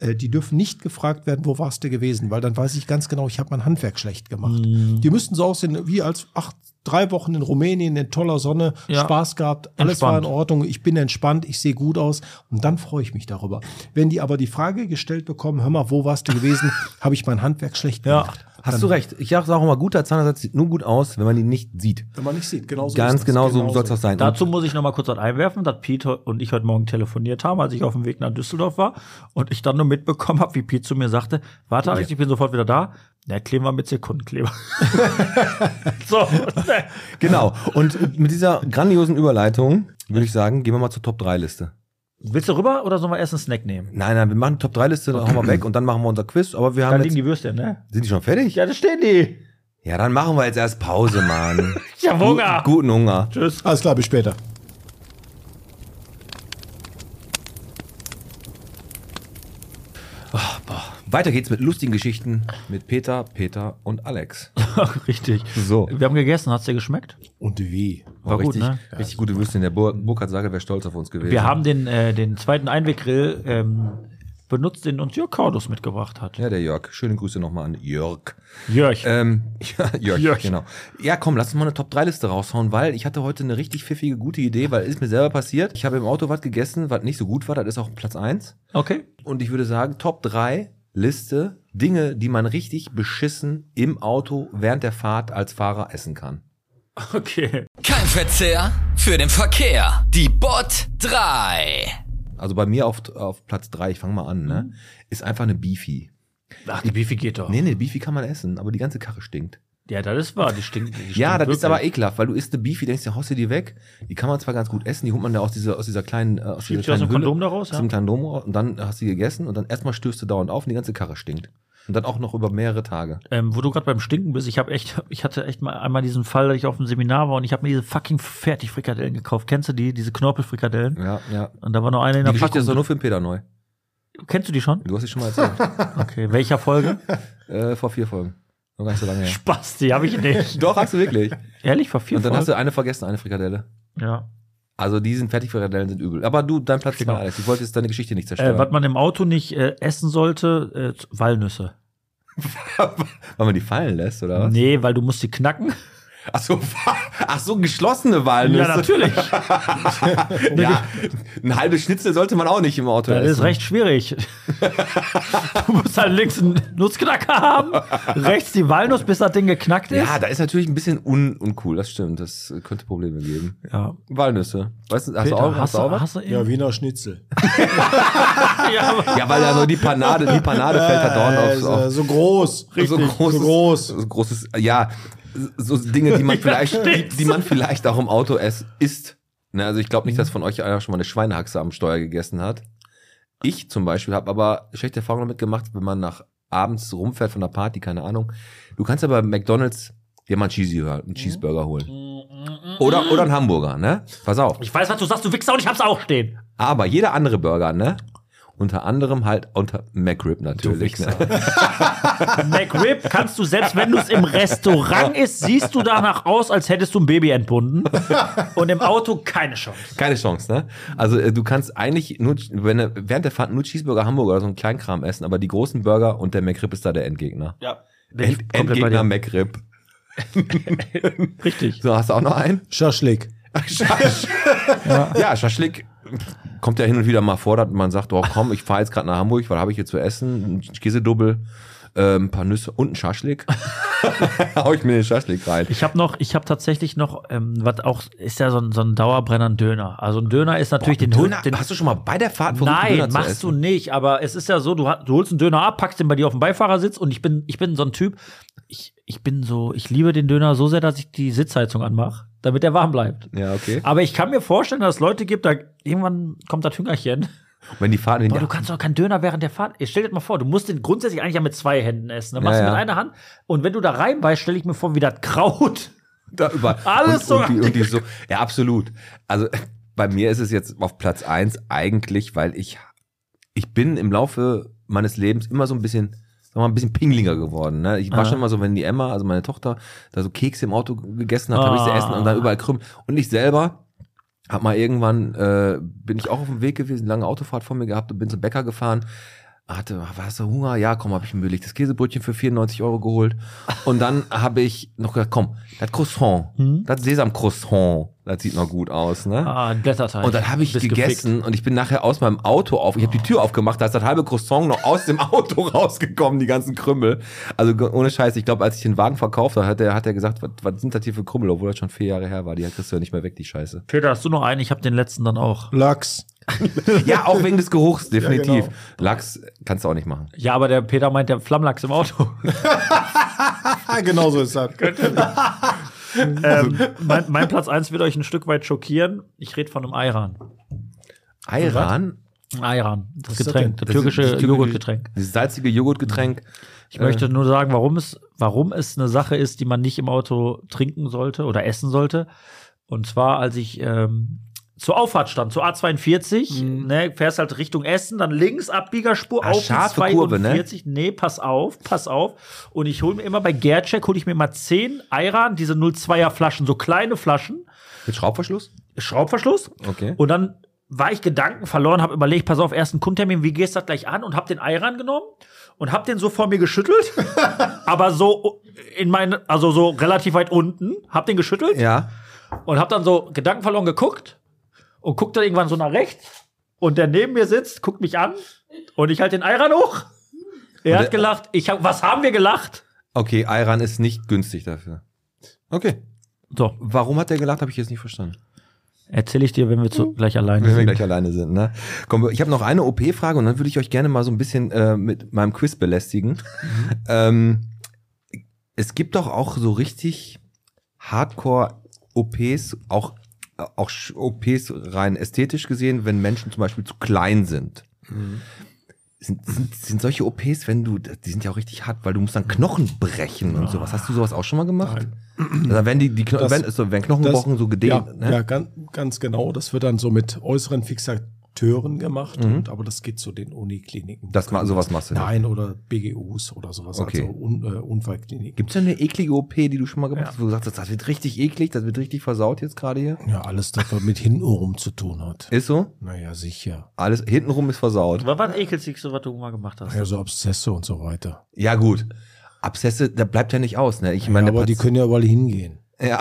äh, die dürfen nicht gefragt werden, wo warst du gewesen, weil dann weiß ich ganz genau, ich habe mein Handwerk schlecht gemacht. Mhm. Die müssten so aussehen, wie als acht, drei Wochen in Rumänien in toller Sonne, Ja. Spaß gehabt, alles war in Entspannt. Ordnung, ich bin entspannt, ich sehe gut aus und dann freue ich mich darüber. Wenn die aber die Frage gestellt bekommen, hör mal, wo warst du gewesen, habe ich mein Handwerk schlecht Ja. gemacht. Hast du recht. Ich sage auch mal, guter Zahnersatz sieht nur gut aus, wenn man ihn nicht sieht. Wenn man nicht sieht, genau so Ganz genau so soll es auch sein. Dazu muss ich noch mal kurz was einwerfen, dass Pete und ich heute Morgen telefoniert haben, als ich auf dem Weg nach Düsseldorf war und ich dann nur mitbekommen habe, wie Pete zu mir sagte, warte Alex, ich bin sofort wieder da. Na, kleben wir mit Sekundenkleber. so, ne. genau. Und mit dieser grandiosen Überleitung würde ich sagen, gehen wir mal zur Top-3-Liste. Willst du rüber oder sollen wir erst einen Snack nehmen? Nein, nein, wir machen die Top-3-Liste, dann hauen wir weg und dann machen wir unser Quiz. Aber wir Da haben liegen jetzt, die Würstchen, ne? Sind die schon fertig? Ja, da stehen die. Ja, dann machen wir jetzt erst Pause, Mann. Ich hab Hunger. Gut, guten Hunger. Tschüss. Alles klar, bis später. Weiter geht's mit lustigen Geschichten mit Peter, Peter und Alex. Richtig. So. Wir haben gegessen, hat's dir geschmeckt? Und wie? War gut, richtig, ne? richtig gute Würstchen. Der Bur Burkhard Sager wäre stolz auf uns gewesen. Wir haben den, äh, den zweiten Einweggrill ähm, benutzt, den uns Jörg Cordus mitgebracht hat. Ja, der Jörg. Schöne Grüße nochmal an Jörg. Jörg. Ähm, ja, Jörg, Jörg. genau. Ja, komm, lass uns mal eine Top-3-Liste raushauen, weil ich hatte heute eine richtig pfiffige, gute Idee, weil ist mir selber passiert. Ich habe im Auto was gegessen, was nicht so gut war, das ist auch Platz eins. okay. Und ich würde sagen, Top 3 Liste Dinge, die man richtig beschissen im Auto während der Fahrt als Fahrer essen kann. Okay. Kein Verzehr für den Verkehr. Die Bot 3. Also bei mir auf, auf Platz 3, ich fange mal an, ne? Mhm. Ist einfach eine Beefy. Ach, die Beefy geht doch. Nee, nee, Beefy kann man essen, aber die ganze Karre stinkt. Ja, das ist wahr. Die stinkt. Die ja, stinkt das ist wirklich. aber ekelhaft, weil du isst eine Beefy, denkst dir, haust du die weg? Die kann man zwar ganz gut essen, die holt man ja aus dieser, aus dieser kleinen, äh, aus dieser Schiebst du aus kleinen dem Hülle, Kondom da raus? aus Ja? dem kleinen Dom raus und dann hast du die gegessen und dann erstmal stößt du dauernd auf und die ganze Karre stinkt. Und dann auch noch über mehrere Tage. Ähm, wo du gerade beim Stinken bist, ich habe echt, ich hatte echt mal einmal diesen Fall, dass ich auf dem Seminar war und ich habe mir diese fucking Fertigfrikadellen gekauft. Kennst du die? Diese Knorpelfrikadellen? Ja, ja. Und da war noch eine in Die der Geschichte ist doch Packung. nur für den Peter neu. Kennst du die schon? Du hast sie schon mal erzählt. Okay. Welcher Folge? Äh, vor vier Folgen. Noch gar nicht so lange her. Spaß, die habe ich nicht. Doch, hast du wirklich. Ehrlich, vor vier Und dann hast Folgen? du eine vergessen, eine Frikadelle. ja. Also die sind Fertigfrikadellen sind übel. Aber du, dein Platz genau. Genau. Alex. Ich wollte jetzt deine Geschichte nicht Äh, zerstören. was man im Auto nicht äh, essen sollte, äh, Walnüsse. Weil man die fallen lässt, oder was? Nee, weil du musst die knacken. Ach so, ach so geschlossene Walnüsse. Ja, natürlich. Ja, ein halbes Schnitzel sollte man auch nicht im Auto Das essen. ist recht schwierig. du musst halt links einen Nussknacker haben, rechts die Walnuss, bis das Ding geknackt ist. Ja, da ist natürlich ein bisschen un uncool, das stimmt. Das äh, könnte Probleme geben. Ja. Walnüsse. Weißt du, hast du Peter, auch, hast, hast du auch du, was? hast du Ja, Wiener Schnitzel. Ja, weil ja nur die Panade, die Panade fällt da dauernd aufs, auf, Also, so groß. so großes, so groß. so großes, ja, so Dinge, die man vielleicht, die, die man vielleicht auch im Auto es isst. Ne, also ich glaube nicht, dass von euch einer schon mal eine Schweinehaxe am Steuer gegessen hat. Ich zum Beispiel habe aber schlechte Erfahrungen damit gemacht, wenn man nach abends rumfährt von einer Party, keine Ahnung. Du kannst ja bei McDonalds dir mal einen, Cheesy, einen Cheeseburger holen. Oder, oder einen Hamburger, ne? Pass auf. Ich weiß, was du sagst, du Wichser, und ich hab's auch stehen. Aber jeder andere Burger, ne? Unter anderem halt unter McRib natürlich. Ne? McRib kannst du, selbst wenn du es im Restaurant isst, siehst du danach aus, als hättest du ein Baby entbunden. Und im Auto keine Chance. Keine Chance, ne? Also äh, du kannst eigentlich nur, wenn du während der Fahrt nur Cheeseburger, Hamburger oder so einen Kleinkram essen, aber die großen Burger und der McRib ist da der Endgegner. Ja. Bin ich End, komplett bei Endgegner dir. McRib. Richtig. So, hast du auch noch einen? Schaschlik. Ja, Schaschlik kommt ja hin und wieder mal vor, dass man sagt, oh komm, ich fahre jetzt gerade nach Hamburg, was habe ich hier zu essen? Ein Käsedubbel, äh, ein paar Nüsse und ein Schaschlik. Hau ich mir den Schaschlik rein. Ich habe noch, ich habe tatsächlich noch, ähm, was auch ist ja so ein, so ein Dauerbrenner ein Döner. Also ein Döner ist natürlich den Döner, Hund. Den, hast du schon mal bei der Fahrt versucht, einen Döner Nein, zu machst essen? du nicht. Aber es ist ja so, du, ha- du holst einen Döner ab, packst den bei dir auf den Beifahrersitz und ich bin, ich bin so ein Typ. ich, ich bin so, ich liebe den Döner so sehr, dass ich die Sitzheizung anmache, damit er warm bleibt. Ja, okay. Aber ich kann mir vorstellen, dass es Leute gibt, da irgendwann kommt das Hüngerchen. Wenn die Fahrt, wenn Boah, die, du kannst doch keinen Döner während der Fahrt. Stell dir das mal vor, du musst den grundsätzlich eigentlich ja mit zwei Händen essen. Dann Ja, machst du ja. mit einer Hand. Und wenn du da reinbeißt, stelle ich mir vor, wie das Kraut. da über Alles und, und, so- die, und die so. Ja, absolut. Also bei mir ist es jetzt auf Platz eins eigentlich, weil ich ich bin im Laufe meines Lebens immer so ein bisschen sag mal, ein bisschen Pinglinger geworden. Ne? Ich war Ah. schon mal so, wenn die Emma, also meine Tochter, da so Kekse im Auto gegessen hat, hab ich sie Ah. essen und dann überall krümmen. Und ich selber hab mal irgendwann, äh, bin ich auch auf dem Weg gewesen, lange Autofahrt vor mir gehabt und bin zum Bäcker gefahren. Hatte, warst du Hunger? Ja, komm, habe ich ein belegtes Käsebrötchen für 94 Euro geholt. Und dann habe ich noch gedacht, komm, das Croissant, das Sesamcroissant, das sieht noch gut aus, ne? Hm? Ah, ein Blätterteig. Und dann habe ich Bist gegessen und ich bin nachher aus meinem Auto auf. Ich habe die Tür aufgemacht, da ist das halbe Croissant noch aus dem Auto rausgekommen, die ganzen Krümmel. Also ge- ohne Scheiß, ich glaube, als ich den Wagen verkauft habe, hat er hat er gesagt, was, was sind das hier für Krümmel, obwohl das schon vier Jahre her war. Die hat kriegst du ja nicht mehr weg, die Scheiße. gefickt. Peter, hast du noch einen? Ich habe den letzten dann auch. Lachs. Ja, auch wegen des Geruchs, definitiv. Ja, genau. Lachs kannst du auch nicht machen. Ja, aber der Peter meint, der Flammlachs im Auto. Ah, genau so ist das. ähm, mein, mein Platz eins wird euch ein Stück weit schockieren. Ich rede von einem Ayran. Ayran, Ein Ayran, das ist das Getränk, denn? das türkische das türkische- Mhm. Äh. Joghurtgetränk. dieses salzige Joghurtgetränk. Ich möchte nur sagen, warum es, warum es eine Sache ist, die man nicht im Auto trinken sollte oder essen sollte. Und zwar, als ich ähm, zur Auffahrt stand, zur A42, ne, fährst halt Richtung Essen, dann links Abbiegerspur Mhm. Ah, auf die scharfe Kurve, ne? 42. Nee, pass auf, pass auf. Und ich hole mir immer bei Gercheck, hole ich mir immer 10 Ayran, diese 02er Flaschen, so kleine Flaschen, Mit Schraubverschluss? Schraubverschluss. Okay. Und dann war ich Gedanken verloren, habe überlegt, pass auf, ersten Kundtermin, wie gehst du das gleich an? Und habe den Ayran genommen und habe den so vor mir geschüttelt, aber so in meinen, also so relativ weit unten, habe den geschüttelt Ja. und habe dann so Gedanken verloren geguckt und guckt dann irgendwann so nach rechts und der neben mir sitzt, guckt mich an und ich halt den Ayran hoch. Er Und hat gelacht. Ich hab, was haben wir gelacht? Okay, Ayran ist nicht günstig dafür. Okay. So, Warum hat der gelacht, habe ich jetzt nicht verstanden. erzähle ich dir, wenn wir zu, gleich alleine Hm. Wenn wir sind. gleich alleine sind, ne? Komm, ich habe noch eine OP-Frage und dann würde ich euch gerne mal so ein bisschen äh, mit meinem Quiz belästigen. Mhm. Ähm, es gibt doch auch so richtig Hardcore-OPs, auch, auch Sch- OPs rein ästhetisch gesehen, wenn Menschen zum Beispiel zu klein sind. Mhm. Sind, sind, sind solche OPs, wenn du, die sind ja auch richtig hart, weil du musst dann Knochen brechen und sowas. Hast du sowas auch schon mal gemacht? Also wenn die, die Kno Das- wenn, so, wenn Knochen gebrochen, so gedehnt. Ja, ne? ja ganz, ganz genau. Das wird dann so mit äußeren Fixateuren gemacht. Mhm. Und, aber das geht zu den Unikliniken. Das ma- sowas machst du nicht. Nein, oder BGUs oder sowas. Okay. Also Un, äh, Unfallkliniken. Gibt es denn eine eklige OP, die du schon mal gemacht hast, wo du gesagt hast, das wird richtig eklig, das wird richtig versaut jetzt gerade hier? ja, alles, das was mit hintenrum zu tun hat. Ist so? Naja, sicher. Alles hintenrum ist versaut. Was war das Ekelsigste, was du mal gemacht hast? Ja, so Obsesse und so weiter. Ja, gut. Abszesse, da bleibt ja nicht aus, ne? Ich meine, ja, der aber die Patient- können ja überall hingehen. ja.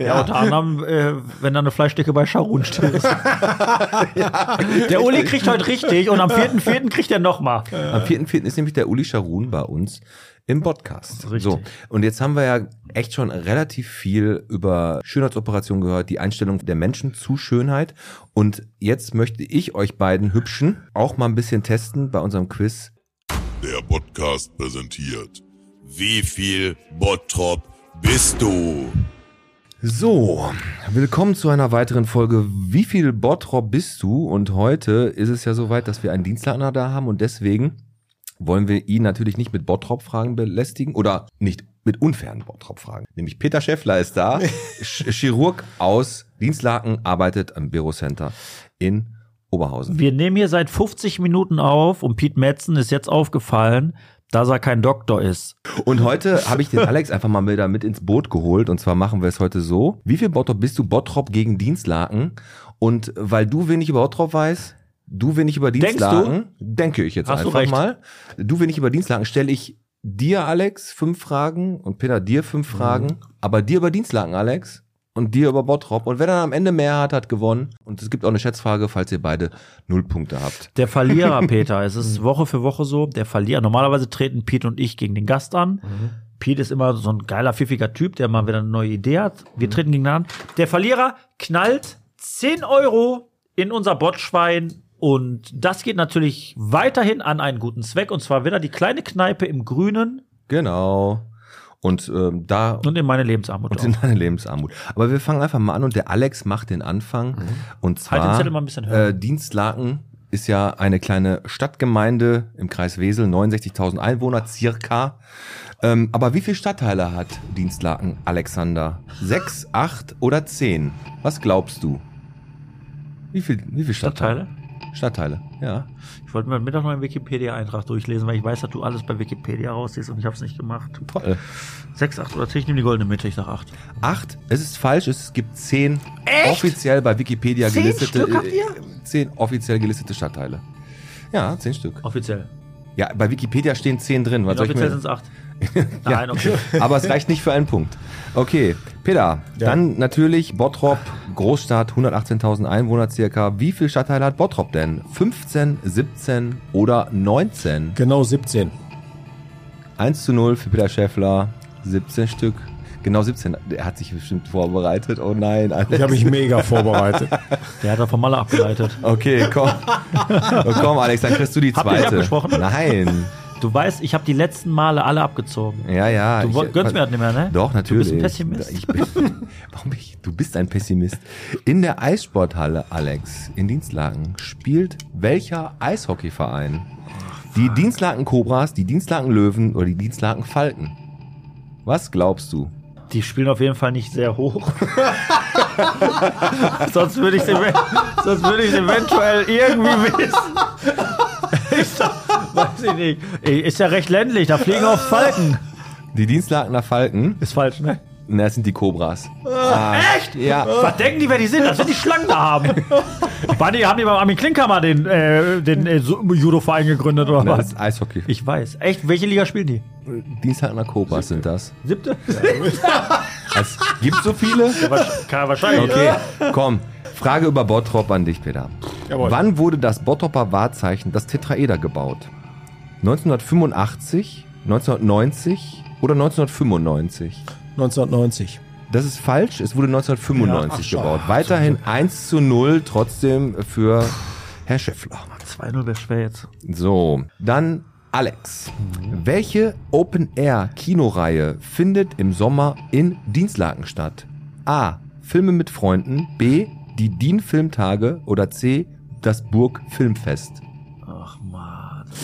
Ja, unter anderem, äh, wenn da eine Fleischdecke bei Scharun steht. Der Uli kriegt heute richtig und am 4.4. kriegt er nochmal. Am 4.4. ist nämlich der Uli Scharun bei uns im Podcast. Richtig. So, und jetzt haben wir ja echt schon relativ viel über Schönheitsoperationen gehört, die Einstellung der Menschen zu Schönheit. Und jetzt möchte ich euch beiden Hübschen auch mal ein bisschen testen bei unserem Quiz. Der Podcast präsentiert. Wie viel Bottrop bist du? So, willkommen zu einer weiteren Folge. Wie viel Bottrop bist du? Und heute ist es ja soweit, dass wir einen Dienstleister da haben und deswegen wollen wir ihn natürlich nicht mit Bottrop-Fragen belästigen oder nicht mit unfairen Bottrop-Fragen. Nämlich Peter Schäffler ist da, Sch Chirurg aus Dienstlaken, arbeitet am Bürocenter in Oberhausen. Wir nehmen hier seit 50 Minuten auf und Pete Metzen ist jetzt aufgefallen, dass er kein Doktor ist. Und heute habe ich den Alex einfach mal wieder mit ins Boot geholt. Und zwar machen wir es heute so. Wie viel Bottrop bist du? Bottrop gegen Dienstlaken. Und weil du wenig über Bottrop weißt, du wenig über Denkst Dienstlaken, denke ich jetzt Hast du einfach recht. mal. Du wenig über Dienstlaken, stelle ich dir, Alex, fünf Fragen und Peter dir fünf Mhm. Fragen, aber dir über Dienstlaken, Alex. Und dir über Bottrop. Und wer dann am Ende mehr hat, hat gewonnen. Und es gibt auch eine Schätzfrage, falls ihr beide null Punkte habt. Der Verlierer, Peter, es Mhm. ist Woche für Woche so, der Verlierer. Normalerweise treten Pete und ich gegen den Gast an. Mhm. Pete ist immer so ein geiler, pfiffiger Typ, der mal wieder eine neue Idee hat. Mhm. Wir treten gegen den an. Der Verlierer knallt 10 Euro in unser Botschwein. Und das geht natürlich weiterhin an einen guten Zweck. Und zwar wieder die kleine Kneipe im Grünen Genau. Und ähm, da Und in meine Lebensarmut und auch. in deine Lebensarmut. Aber wir fangen einfach mal an und der Alex macht den Anfang. Und zwar Halt den Zettel mal ein bisschen höher. äh, Dienstlaken ist ja eine kleine Stadtgemeinde im Kreis Wesel, 69.000 Einwohner circa. Ähm, aber wie viele Stadtteile hat Dienstlaken, Alexander? Sechs, acht oder zehn? Was glaubst du? Wie viel, wie viel Stadtteile? Stadtteile? Stadtteile, ja. ne? Ich wollte mir am Mittag noch einen Wikipedia-Eintrag durchlesen, weil ich weiß, dass du alles bei Wikipedia rausziehst und ich habe es nicht gemacht. Toll. Sechs, acht oder zehn, ich nehme die goldene Mitte, ich sag acht. Acht, es ist falsch, es gibt zehn offiziell bei Wikipedia Zehn gelistete. Stück habt äh, ihr? Zehn offiziell gelistete Stadtteile. Ja, zehn Stück. Offiziell. Ja, bei Wikipedia stehen zehn drin. Was soll ich Genau, offiziell mir? sind es acht. Nein, okay. Aber es reicht nicht für einen Punkt. Okay, Peter, dann natürlich Bottrop, Großstadt, 118.000 Einwohner circa. Wie viele Stadtteile hat Bottrop denn? 15, 17 oder 19? Genau 17. 1 zu 0 für Peter Schäffler, 17 Stück. Genau 17. Er hat sich bestimmt vorbereitet. Oh nein, Ich Alex. habe mich mega vorbereitet. Der hat davon mal abgeleitet. Okay, komm. Oh, komm, Alex, dann kriegst du die Habt zweite. ihr nicht abgesprochen? Nein. Du weißt, ich habe die letzten Male alle abgezogen. Ja, ja. Du ich- gönnst mir das nicht mehr, ne? Doch, natürlich. Du bist ein Pessimist. Ich bin, warum bin ich, du bist ein Pessimist. In der Eissporthalle, Alex, in Dienstlaken, spielt welcher Eishockeyverein? Die Dienstlaken Cobras, die Dienstlaken Löwen oder die Dienstlaken Falken? Was glaubst du? Die spielen auf jeden Fall nicht sehr hoch. sonst würde ich es eventuell irgendwie wissen. Ich sag, weiß ich nicht. Ey, Ist ja recht ländlich, da fliegen auch Falken. Die Dienstlakener Falken? Ist falsch, ne? Na, das sind die Cobras. Ah, Echt? ja. Was denken die, wer die sind? Das sind die Schlangen da haben. Bunny, haben die beim Armin Klinker mal den, äh, den äh, so- Judo-Verein gegründet oder Na, das was? ist Eishockey. Ich weiß. Echt? Welche Liga spielen die? Dienstlakener Cobras sind das. Siebte? Es gibt so viele. Kann wahrscheinlich. Okay, komm. Frage über Bottrop an dich, Peter. Jawohl. Wann wurde das Bottroper Wahrzeichen, das Tetraeder, gebaut? 1985, 1990 oder 1995? 1990. Das ist falsch, es wurde 1995 gebaut. Weiterhin 1 zu 0 trotzdem für Herr Schäffler. 2-0 wäre schwer jetzt. So, dann Alex. Welche Open-Air-Kinoreihe findet im Sommer in Dienstlaken statt? A. Filme mit Freunden. B. Die DIN-Filmtage. Oder C. Das Burg-Filmfest. Ach man.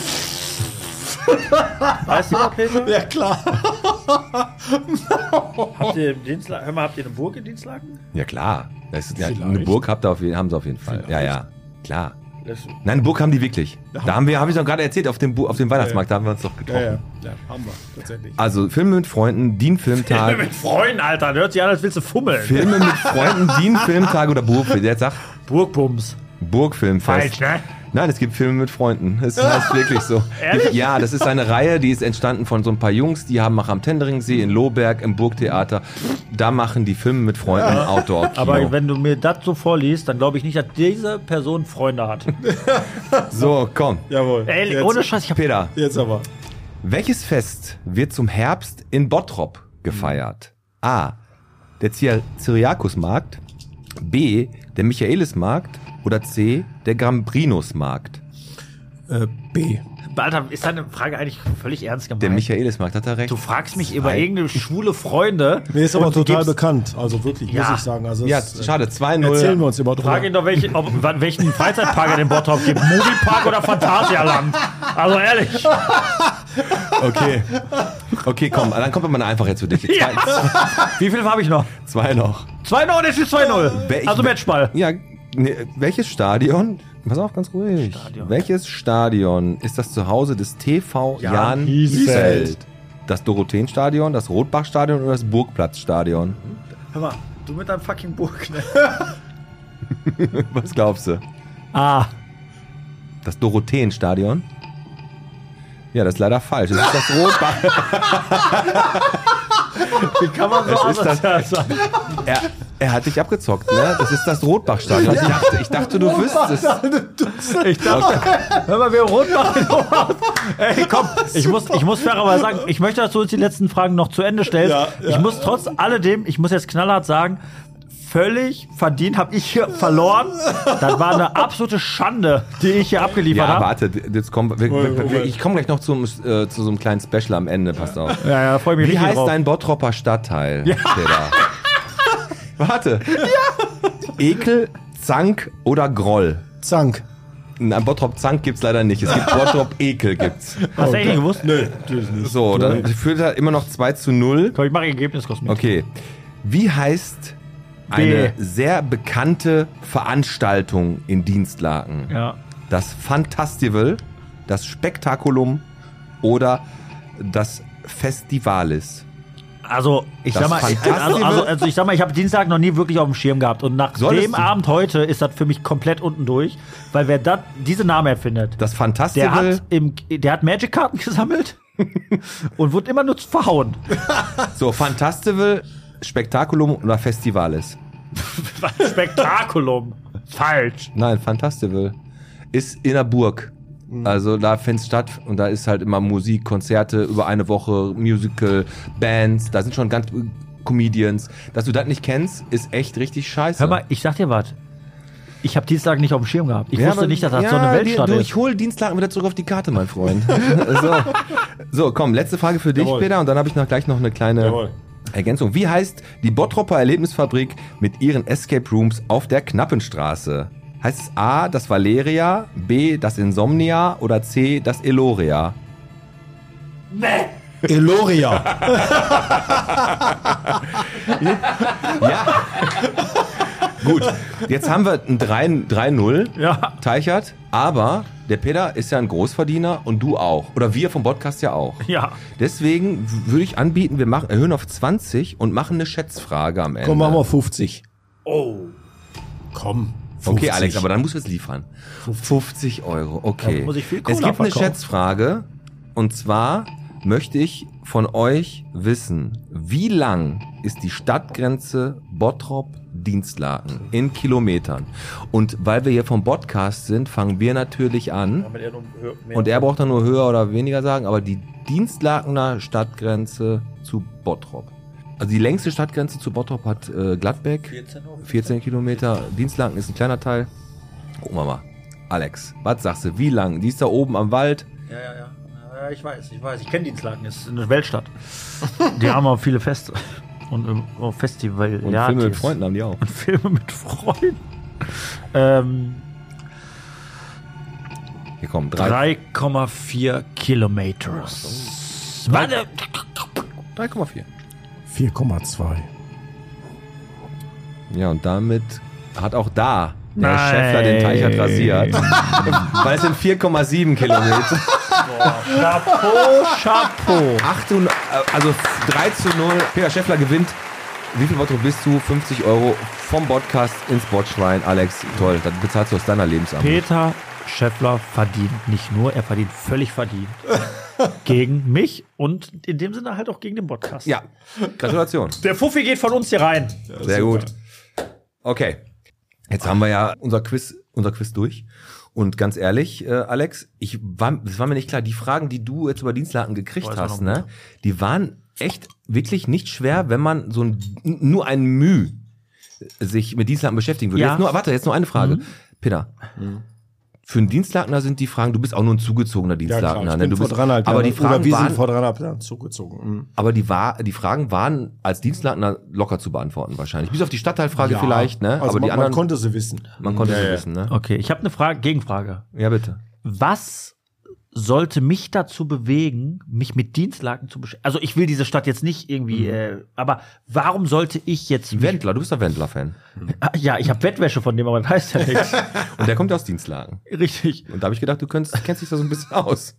weißt du noch, Peter? Ja, klar. Habt ihr im Dienstlaken, hör mal, habt ihr eine Burg in Dienstlaken? Ja, klar. Das ist, ja, eine Vielleicht. Burg habt ihr auf jeden, haben sie auf jeden Fall. Ja, ja. Klar. Nein, eine Burg haben die wirklich. Da haben wir, habe ich doch gerade erzählt, auf dem, Bu- auf dem Weihnachtsmarkt, da haben wir uns doch getroffen. Ja, ja. ja, haben wir. Tatsächlich. Also Filme mit Freunden, DIN-Filmtag. Mit Freunden, Alter, hört sich an, als willst du fummeln. Filme mit Freunden, DIN-Filmtag oder Burg. Jetzt sag Burgbums. Burgfilmfest. Falsch, ne? Ah. Nein, es gibt Filme mit Freunden. Es heißt wirklich so. Ehrlich? Ja, das ist eine Reihe, die ist entstanden von so ein paar Jungs, die haben auch am Tenderingsee in Lohberg im Burgtheater. Da machen die Filme mit Freunden Outdoor. -Kino. Aber wenn du mir das so vorliest, dann glaube ich nicht, dass diese Person Freunde hat. so, komm. Jawohl. Ey, jetzt, ohne Scheiß, ich hab Peter, jetzt aber. welches Fest wird zum Herbst in Bottrop gefeiert? A. Der Zyr- Cyriakusmarkt, B. Der Michaelismarkt oder C. Der Gambrinusmarkt. Äh, B. Alter, ist deine Frage eigentlich völlig ernst gemeint? Der Michaelismarkt hat er recht. du fragst mich über irgendeine schwule Freunde. Mir ist und aber du total gibst- bekannt. Also wirklich, Ja. muss ich sagen. Also Ja, es, äh, schade, 2-0. Erzählen wir uns immer drüber. Frage ihn doch, welche, ob, wann- welchen Freizeitpark er den Bottrop gibt. Moviepark oder Phantasialand? Also ehrlich. Okay. Okay, komm, dann kommt mal eine einfache zu dich. Zwei, Ja. Wie viel habe ich noch? zwei noch. 2-0, das ist 2-0. Welch- Also Matchball. Ja, ne, welches Stadion? Pass auf, ganz ruhig. Stadion. Welches Stadion ist das Zuhause des TV Jan Jan Hiesfeld? Hiesfeld? Das Dorotheenstadion, das Rotbachstadion oder das Burgplatzstadion? Hör mal, du mit deinem fucking Burg, ne? Was glaubst du? Ah, Das Dorotheenstadion? Ja, das ist leider falsch. Es ist das Rotbach. wie kann man so ist das- anders sagen? er, er hat dich abgezockt, ne? Das ist das Rotbachstadion. Ich dachte, ich dachte du wüsstest es. Ich dachte, hör mal, wir rot machen. Ey, komm, ich muss, ich muss fairerweise sagen, ich möchte, dass du uns die letzten Fragen noch zu Ende stellst. Ja, ja. ich muss trotz alledem, ich muss jetzt knallhart sagen, völlig verdient, habe ich hier verloren. Das war eine absolute Schande, die ich hier abgeliefert Ja, habe. warte, jetzt kommen wir, wir, wir, ich komme gleich noch zum, äh, zu so einem kleinen Special am Ende, passt auf. Ja, ja, freue mich Wie richtig heißt drauf. dein Bottropper Stadtteil? Peter? Warte. Ekel, Zank oder Groll? Zank. Ein Bottrop Zank gibt's leider nicht. Es gibt Bottrop Ekel gibt's. Hast du eigentlich gewusst? Nee, natürlich nicht. So, dann führt er immer noch 2 zu 0. Komm, ich mache Ergebniskosmik. Okay. Wie heißt eine sehr bekannte Veranstaltung in Dienstlaken? Ja. Das Fantastival, das Spektakulum oder das Festivalis? Also, ich Das sag mal, ich- Fantastische- also, also, also ich sag mal, ich habe Dienstag noch nie wirklich auf dem Schirm gehabt und nach Solltest dem du- Abend heute ist das für mich komplett unten durch, weil wer dat, diese Namen erfindet, Das der Fantastival. hat im, der hat Magic Karten gesammelt und wurde immer nur verhauen. So, Fantastival, Spektakulum oder Festivalis? Spektakulum. Falsch. Nein, Fantastival ist in der Burg. Mhm. Also da find's statt und da ist halt immer Musik, Konzerte über eine Woche, Musical, Bands, da sind schon ganz äh, Comedians. Dass du das nicht kennst, ist echt richtig scheiße. Hör mal, ich sag dir was. Ich habe Dienstag nicht auf dem Schirm gehabt. Ich Ja, wusste aber- nicht, dass das ja, so eine die- Weltstadt du, ist. Ich hole Dienstlaken wieder zurück auf die Karte, mein Freund. so. so, komm, letzte Frage für dich, Jawohl. Peter, und dann habe ich noch gleich noch eine kleine Jawohl. Ergänzung. Wie heißt die Bottropper Erlebnisfabrik mit ihren Escape Rooms auf der Knappenstraße? Heißt es A, das Valeria, B, das Insomnia oder C, das Eloria? Eloria. Ja. Gut, jetzt haben wir ein 3 3-0. Ja. Teichert, aber der Peter ist ja ein Großverdiener und du auch. Oder wir vom Podcast ja auch. Ja. Deswegen w- würde ich anbieten, wir machen, erhöhen auf 20 und machen eine Schätzfrage am Ende. Komm, machen wir 50. Oh. Komm. 50. Okay, Alex, aber dann musst du es liefern. 50 Euro, okay. Da muss ich viel es Cola gibt eine verkaufen. Schätzfrage und zwar möchte ich von euch wissen, wie lang ist die Stadtgrenze Bottrop-Dienstlaken in Kilometern? Und weil wir hier vom Podcast sind, fangen wir natürlich an. Und er braucht dann nur höher oder weniger sagen, aber die Dienstlakener Stadtgrenze zu Bottrop. Also die längste Stadtgrenze zu Bottrop hat äh, Gladbeck. 14 Kilometer. Dienstlaken ist ein kleiner Teil. Gucken wir mal. Alex, was sagst du? Wie lang? Die ist da oben am Wald. Ja, ja, ja. Ja, Ich weiß, ich weiß. Ich kenne Dienstlaken. Es ist eine Weltstadt. Die haben auch viele Feste. Und ähm, auch Festival. Und ja, Filme mit die- Freunden haben die auch. Und Filme mit Freunden. Ähm, Hier kommen drei. 3,4 Kilometer. Warte. 3,4. 4,2. Ja, und damit hat auch da der Nein. Schäffler den Teich hat rasiert. Weil es sind 4,7 Kilometer. Chapeau, Chapeau. 8 und, äh, also 3 zu 0. Peter Schäffler gewinnt. Wie viel Bottrop bist du? 50 Euro vom Podcast ins Botschwein. Alex, toll. Das bezahlst du aus deiner Lebensamt. Peter Schäffler verdient nicht nur, er verdient völlig verdient. gegen mich und in dem Sinne halt auch gegen den Podcast. Ja, Gratulation. Der Fuffi geht von uns hier rein. Sehr gut. Okay. Jetzt haben wir ja unser Quiz, unser Quiz durch. Und ganz ehrlich, äh, Alex, ich war, das war mir nicht klar, die Fragen, die du jetzt über Dienstlaken gekriegt Boah, das war hast, noch ne, die waren echt wirklich nicht schwer, wenn man so ein, nur ein Müh sich mit Dienstlaken beschäftigen würde. Ja. Jetzt nur, warte, jetzt nur eine Mhm. Frage. Peter. Für einen Dienstlakener sind die Fragen, du bist auch nur ein zugezogener Dienstlakener. ich ne? bin du vor bist, dreieinhalb aber Jahren- die oder Fragen wir waren, sind vor dreieinhalb Jahren zugezogen. Mhm. aber die, war, die Fragen waren als Dienstlakener locker zu beantworten wahrscheinlich. Bis auf die Stadtteilfrage Ja, vielleicht, ne? Also aber die man, man anderen, konnte sie wissen. man konnte Ja, sie ja. wissen, ne? Okay, ich habe eine Frage, Gegenfrage. Ja, bitte. Was sollte mich dazu bewegen, mich mit Dienstlaken zu beschäftigen? Also ich will diese Stadt jetzt nicht irgendwie, äh, aber warum sollte ich jetzt... mich- Wendler, du bist ein Wendler-Fan. Ah, Ja, ich habe Bettwäsche von dem, aber das heißt ja nichts. Und der kommt ja aus Dienstlaken. Richtig. Und da habe ich gedacht, du könntest, kennst dich da so ein bisschen aus.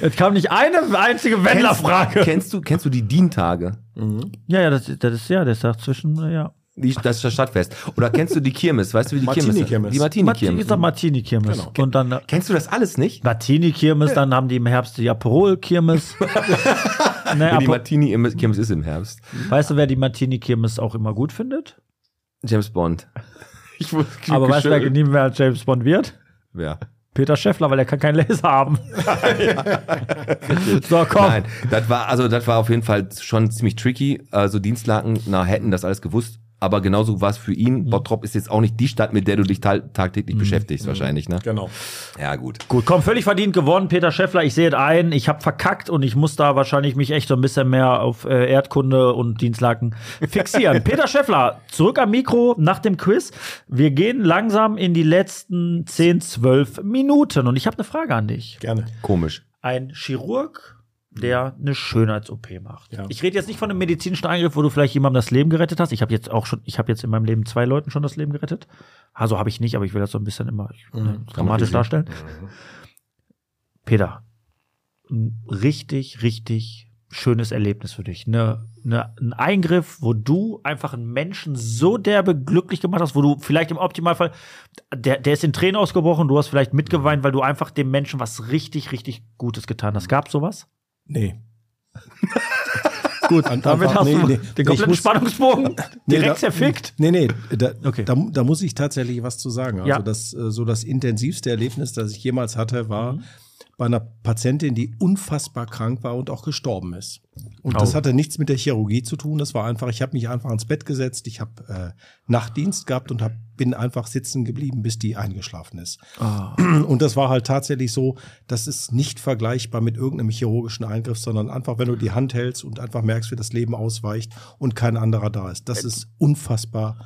Es kam nicht eine einzige Wendler-Frage. Kennst du, kennst du die DIN-Tage? Ja, ja, das, das ist ja, das ist ja zwischen, äh, ja. Die- Das ist das Stadtfest. Oder kennst du die Kirmes? Weißt du, wie die Kirmes Martini-Kirmes. Die Martini, Martini-Kirmes. Genau. ist doch Martini-Kirmes. Und dann äh, Kennst du das alles nicht? Martini-Kirmes, dann haben die im Herbst die Aperol-Kirmes. nee, Ja, die Apo Martini-Kirmes ist im Herbst. weißt du, wer die Martini-Kirmes auch immer gut findet? James Bond. Ich wurde Aber weißt du, wer nie mehr als James Bond wird? Wer? Peter Schäffler, weil er kann keinen Laser haben. so, komm. Nein, das war also das war auf jeden Fall schon ziemlich tricky. Also Dienstlaken na, hätten das alles gewusst. aber genauso war es für ihn. Bottrop ist jetzt auch nicht die Stadt, mit der du dich ta- tagtäglich beschäftigst, wahrscheinlich, ne? Genau. Ja, gut. Gut, komm, völlig verdient gewonnen, Peter Schäffler. Ich sehe es ein. Ich habe verkackt und ich muss da wahrscheinlich mich echt so ein bisschen mehr auf äh, Erdkunde und Dienstlaken fixieren. Peter Schäffler, zurück am Mikro nach dem Quiz. Wir gehen langsam in die letzten 10, 12 Minuten und ich habe eine Frage an dich. Gerne. Komisch. Ein Chirurg, der eine Schönheits-OP macht. Ja. Ich rede jetzt nicht von einem medizinischen Eingriff, wo du vielleicht jemandem das Leben gerettet hast. Ich habe jetzt auch schon, ich habe jetzt in meinem Leben zwei Leuten schon das Leben gerettet. Also habe ich nicht, aber ich will das so ein bisschen immer ne, dramatisch darstellen. Peter, ein richtig, richtig schönes Erlebnis für dich. Ne, ne, ein Eingriff, wo du einfach einen Menschen so derbe glücklich gemacht hast, wo du vielleicht im Optimalfall, der, der ist in Tränen ausgebrochen, du hast vielleicht mitgeweint, weil du einfach dem Menschen was richtig, richtig Gutes getan hast. Gab sowas? Nee. Gut, An- damit einfach- hast du nee, nee. den kompletten Ich muss- Spannungsbogen Nee, direkt da- zerfickt. Nee, nee, da, Okay. da, da muss ich tatsächlich was zu sagen. Also Ja. das, äh, so das intensivste Erlebnis, das ich jemals hatte, war Mhm. bei einer Patientin, die unfassbar krank war und auch gestorben ist. Und das Oh. hatte nichts mit der Chirurgie zu tun. Das war einfach, ich habe mich einfach ans Bett gesetzt, ich habe äh, Nachtdienst gehabt und hab, bin einfach sitzen geblieben, bis die eingeschlafen ist. Und das war halt tatsächlich so, das ist nicht vergleichbar mit irgendeinem chirurgischen Eingriff, sondern einfach, wenn du die Hand hältst und einfach merkst, wie das Leben ausweicht und kein anderer da ist. Das ist unfassbar.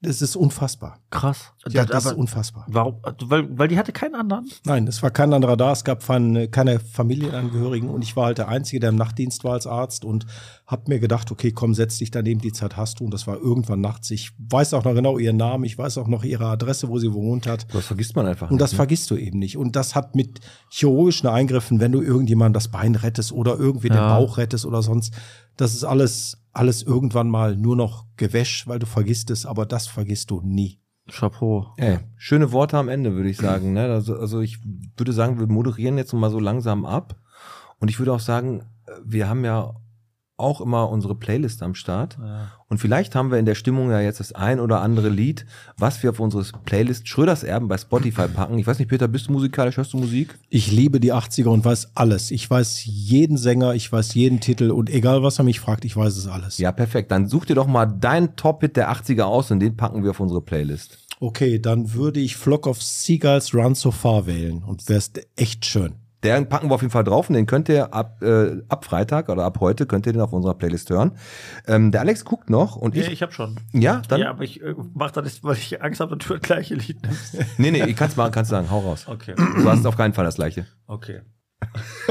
Das ist unfassbar. Krass. Ja, das ist aber- unfassbar. Warum? Weil, weil die hatte keinen anderen. Nein, es war kein anderer da, es gab keine, keine Familienangehörigen und ich war halt der Einzige, der im Nachtdienst war als Arzt und hab mir gedacht, okay, komm, setz dich daneben, die Zeit hast du und das war irgendwann nachts. Ich weiß auch noch genau ihren Namen, ich weiß auch noch ihre Adresse, wo sie gewohnt hat. Das vergisst man einfach. Und das nicht, ne? vergisst du eben nicht. Und das hat mit chirurgischen Eingriffen, wenn du irgendjemandem das Bein rettest oder irgendwie den Ja. Bauch rettest oder sonst, das ist alles, alles irgendwann mal nur noch Gewäsch, weil du vergisst es, aber das vergisst du nie. Chapeau. Ey, schöne Worte am Ende, würde ich sagen. Ne? Also, also ich würde sagen, wir moderieren jetzt mal so langsam ab. Und ich würde auch sagen, wir haben ja auch immer unsere Playlist am Start. Und vielleicht haben wir in der Stimmung ja jetzt das ein oder andere Lied, was wir auf unsere Playlist Schröders Erben bei Spotify packen. Ich weiß nicht, Peter, bist du musikalisch? Hörst du Musik? Ich liebe die 80er und weiß alles. Ich weiß jeden Sänger, ich weiß jeden Titel und egal was er mich fragt, ich weiß es alles. Ja, perfekt. Dann such dir doch mal deinen Top-Hit der 80er aus und den packen wir auf unsere Playlist. Okay, dann würde ich Flock of Seagulls Run So Far wählen und wär's echt schön. Den packen wir auf jeden Fall drauf und den könnt ihr ab, äh, ab Freitag oder ab heute könnt ihr den auf unserer Playlist hören. Ähm, der Alex guckt noch und ich. Ich, ich habe schon. ja, dann. ja, aber ich äh, mach das, jetzt, weil ich Angst habe, dass du das gleiche Lied nimmst. Nee, nee, ich kann's machen, kannst sagen, hau raus. Okay, Du hast auf keinen Fall das gleiche. okay.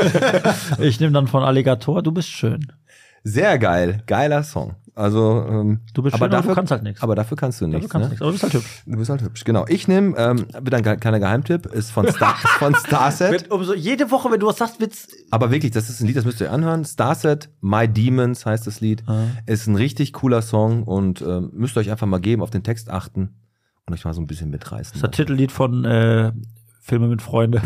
ich nehme dann von Alligator, du bist schön. Sehr geil, geiler Song. Also, ähm, Du bist aber schön, aber du dafür, kannst halt nichts. Aber dafür kannst du Ja, nichts. du kannst ne? nichts, aber du bist halt hübsch. Du bist halt hübsch, genau. Ich nehme, ähm, wieder ein ge- kleiner Geheimtipp, ist von, Star, ist von Starset. Wird umso, jede Woche, wenn du was sagst, wird's. Aber wirklich, das ist ein Lied, das müsst ihr anhören. Starset, My Demons heißt das Lied. Ah. Ist ein richtig cooler Song und ähm, müsst ihr euch einfach mal geben, auf den Text achten und euch mal so ein bisschen mitreißen. Das ist das Titellied von äh, Filme mit Freunde.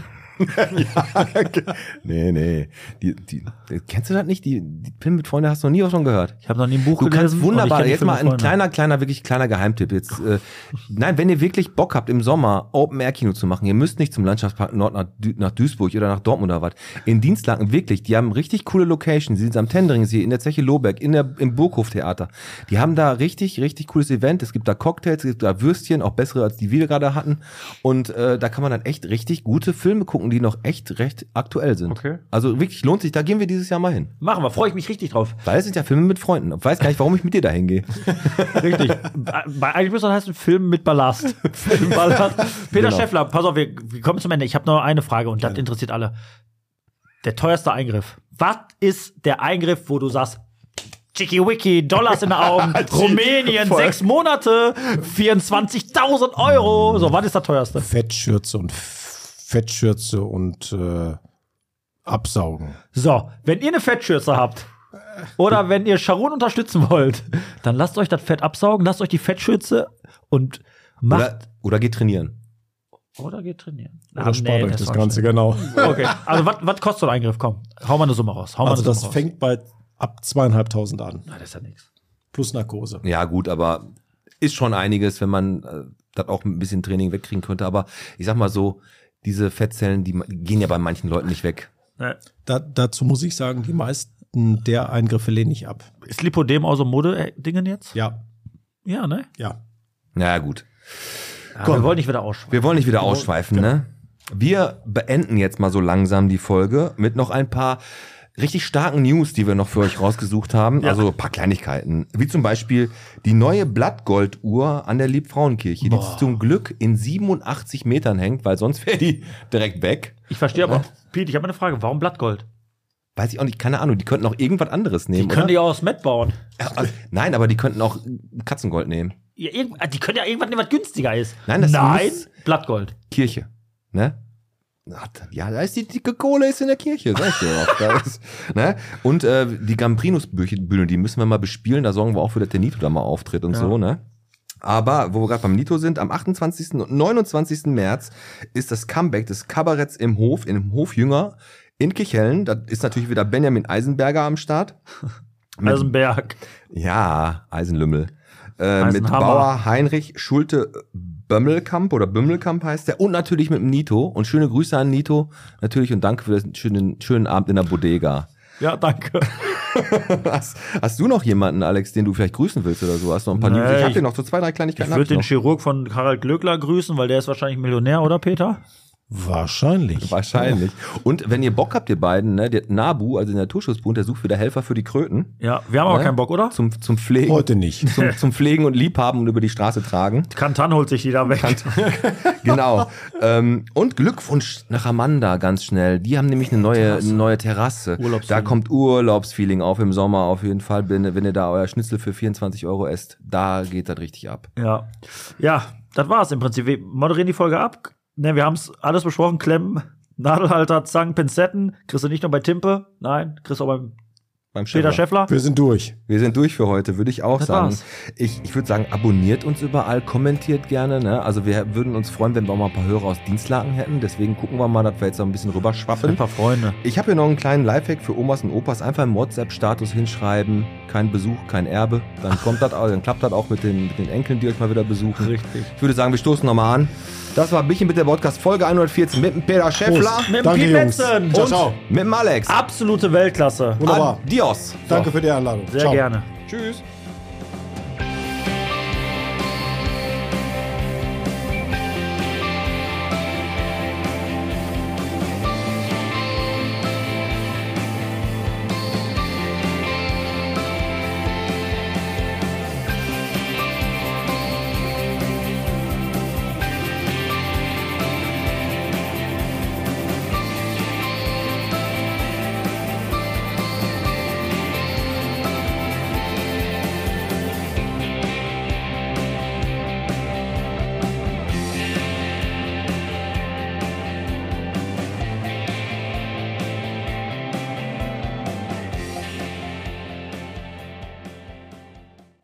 nee, nee. Die, die, kennst du das nicht? Die, die Pin mit Freunde hast du noch nie was von gehört. Ich habe noch nie ein Buch Du gelesen. kannst und ich wunderbar, kenn die jetzt Filme mal mit ein Freunde. kleiner, kleiner, wirklich kleiner Geheimtipp. Jetzt, äh, nein, wenn ihr wirklich Bock habt, im Sommer Open Air Kino zu machen, ihr müsst nicht zum Landschaftspark Nord nach, Dü nach Duisburg oder nach Dortmund oder was. In Dienstlaken, wirklich, die haben richtig coole Locations. Sie sind am Tendringsee, in der Zeche Loberg, in der, im Burghof Theater. Die haben da richtig, richtig cooles Event. Es gibt da Cocktails, es gibt da Würstchen, auch bessere als die wir gerade hatten. Und äh, da kann man dann echt richtig gute Filme gucken, die noch echt recht aktuell sind. Okay. Also wirklich lohnt sich, da gehen wir dieses Jahr mal hin. Machen wir, freue ich mich richtig drauf. Weil es sind ja Filme mit Freunden. Ich weiß gar nicht, warum ich mit dir da hingehe. Richtig. Bei- Äh, Bei eigentlich müsste das heißen Film mit Ballast. Film Ballast. Peter Genau. Schäffler, pass auf, wir, wir kommen zum Ende. Ich habe noch eine Frage und das interessiert alle. Der teuerste Eingriff. Was ist der Eingriff, wo du sagst, Chicky Wiki, Dollars in den Augen, Rumänien, sechs Monate, 24.000 Euro. So, was ist der teuerste? Fettschürze und F- Fettschürze und äh, Absaugen. So, wenn ihr eine Fettschürze habt oder wenn ihr Sharon unterstützen wollt, dann lasst euch das Fett absaugen, lasst euch die Fettschürze und Oder, macht oder geht trainieren. Oder geht trainieren. Ah, Oder spart euch Ah, das war Ganze, schnell. genau. Okay, also was- was kostet so ein Eingriff? Komm, hau mal eine Summe raus. Hau mal Also eine das Summe raus. fängt bei ab zweieinhalbtausend an. Na, Ah, das ist ja nichts. Plus Narkose. Ja, gut, aber ist schon einiges, wenn man äh, das auch ein bisschen Training wegkriegen könnte. Aber ich sag mal so, diese Fettzellen, die ma- gehen ja bei manchen Leuten nicht weg. Da, dazu muss ich sagen, die meisten der Eingriffe lehne ich ab. Ist Lipodem aus dem Mode-Dingen jetzt? Ja. Ja, ne? Ja. Na gut. Ja, Komm. Ah, wir wollen nicht wieder ausschweifen. Wir wollen nicht wieder ausschweifen, ne? Wir beenden jetzt mal so langsam die Folge mit noch ein paar richtig starken News, die wir noch für euch rausgesucht haben. Also ein paar Kleinigkeiten. Wie zum Beispiel die neue Blattgolduhr an der Liebfrauenkirche, die zum Glück in 87 Metern hängt, weil sonst wäre die direkt weg. Ich verstehe aber, Pete, ich habe eine Frage. Warum Blattgold? Weiß ich auch nicht, keine Ahnung. Die könnten auch irgendwas anderes Die nehmen, können oder? ja aus Met bauen. Also, nein, aber die könnten auch Katzengold nehmen. Ja, irgend- ah, die können ja irgendwas nehmen, was günstiger ist. Nein, das Nein, muss- Blattgold. Kirche, ne? Ja, da ist die dicke Kohle ist in der Kirche, sag ich dir doch. Da ist, ne? Und äh, die Gambrinus-Bühne, die müssen wir mal bespielen, da sorgen wir auch für, dass der Nito da mal auftritt und so, ne? Aber wo wir gerade beim Nito sind, am 28. und 29. März ist das Comeback des Kabaretts im Hof, im Hof Jünger in Kichellen. Da ist natürlich wieder Benjamin Eisenberger am Start. Mit- Also Eisenberg. ja, Eisenlümmel. Äh, mit Eisenhammer. Bauer Heinrich Schulte Bömmelkamp oder Bömmelkamp heißt der und natürlich mit dem Nito. Und schöne Grüße an Nito natürlich und danke für den schönen, schönen Abend in der Bodega. Ja, danke. hast, hast du noch jemanden, Alex, den du vielleicht grüßen willst oder so? Hast du noch ein paar Nee, News? Ich hab ich- dir noch so zwei, drei Ich Kleinigkeiten. hab würde den noch. Chirurg von Harald Glöckler grüßen, weil der ist wahrscheinlich Millionär, oder Peter? Wahrscheinlich. Wahrscheinlich. Und wenn ihr Bock habt, ihr beiden, ne, der Nabu, also der Naturschutzbund, der sucht wieder Helfer für die Kröten. Ja, wir haben aber Ne? keinen Bock, oder? Zum, zum Pflegen. Heute nicht. Zum, zum Pflegen und Liebhaben und über die Straße tragen. Kantan holt sich die da weg. genau. ähm, und Glückwunsch nach Amanda ganz schnell. Die haben nämlich eine neue, eine neue Terrasse. Da Urlaubsfeeling. kommt Urlaubsfeeling auf im Sommer auf jeden Fall. Wenn, wenn ihr da euer Schnitzel für 24 Euro esst, da geht das richtig ab. Ja. Ja, das war's im Prinzip. Wir moderieren die Folge ab. Ne, wir haben's alles besprochen. Klemmen, Nadelhalter, Zangen, Pinzetten. Kriegst du nicht nur bei Timpe. Nein, kriegst du auch beim Beim Peter Schäffler. Wir sind durch. Wir sind durch für heute, würde ich auch Das sagen. war's. Ich, ich würde sagen, abonniert uns überall, kommentiert gerne. Ne? Also wir würden uns freuen, wenn wir auch mal ein paar Hörer aus Dienstlaken hätten. Deswegen gucken wir mal, dass wir jetzt noch ein bisschen rüberschwappen. Ein paar Freunde. Ich habe hier noch einen kleinen Lifehack für Omas und Opas. Einfach im WhatsApp-Status hinschreiben. Kein Besuch, kein Erbe. Dann kommt das, auch- dann klappt das auch mit den, mit den Enkeln, die euch mal wieder besuchen. Richtig. Ich würde sagen, wir stoßen nochmal an. Das war Bichin mit der Podcast Folge 114 mit dem Peter Schäffler Mit dem Danke, Pete Jungs. Metzen. Ciao, Und- ciao. mit dem Alex. Absolute Weltklasse. Wunderbar. Adios. Danke für die Einladung. Sehr Ciao. gerne. Tschüss.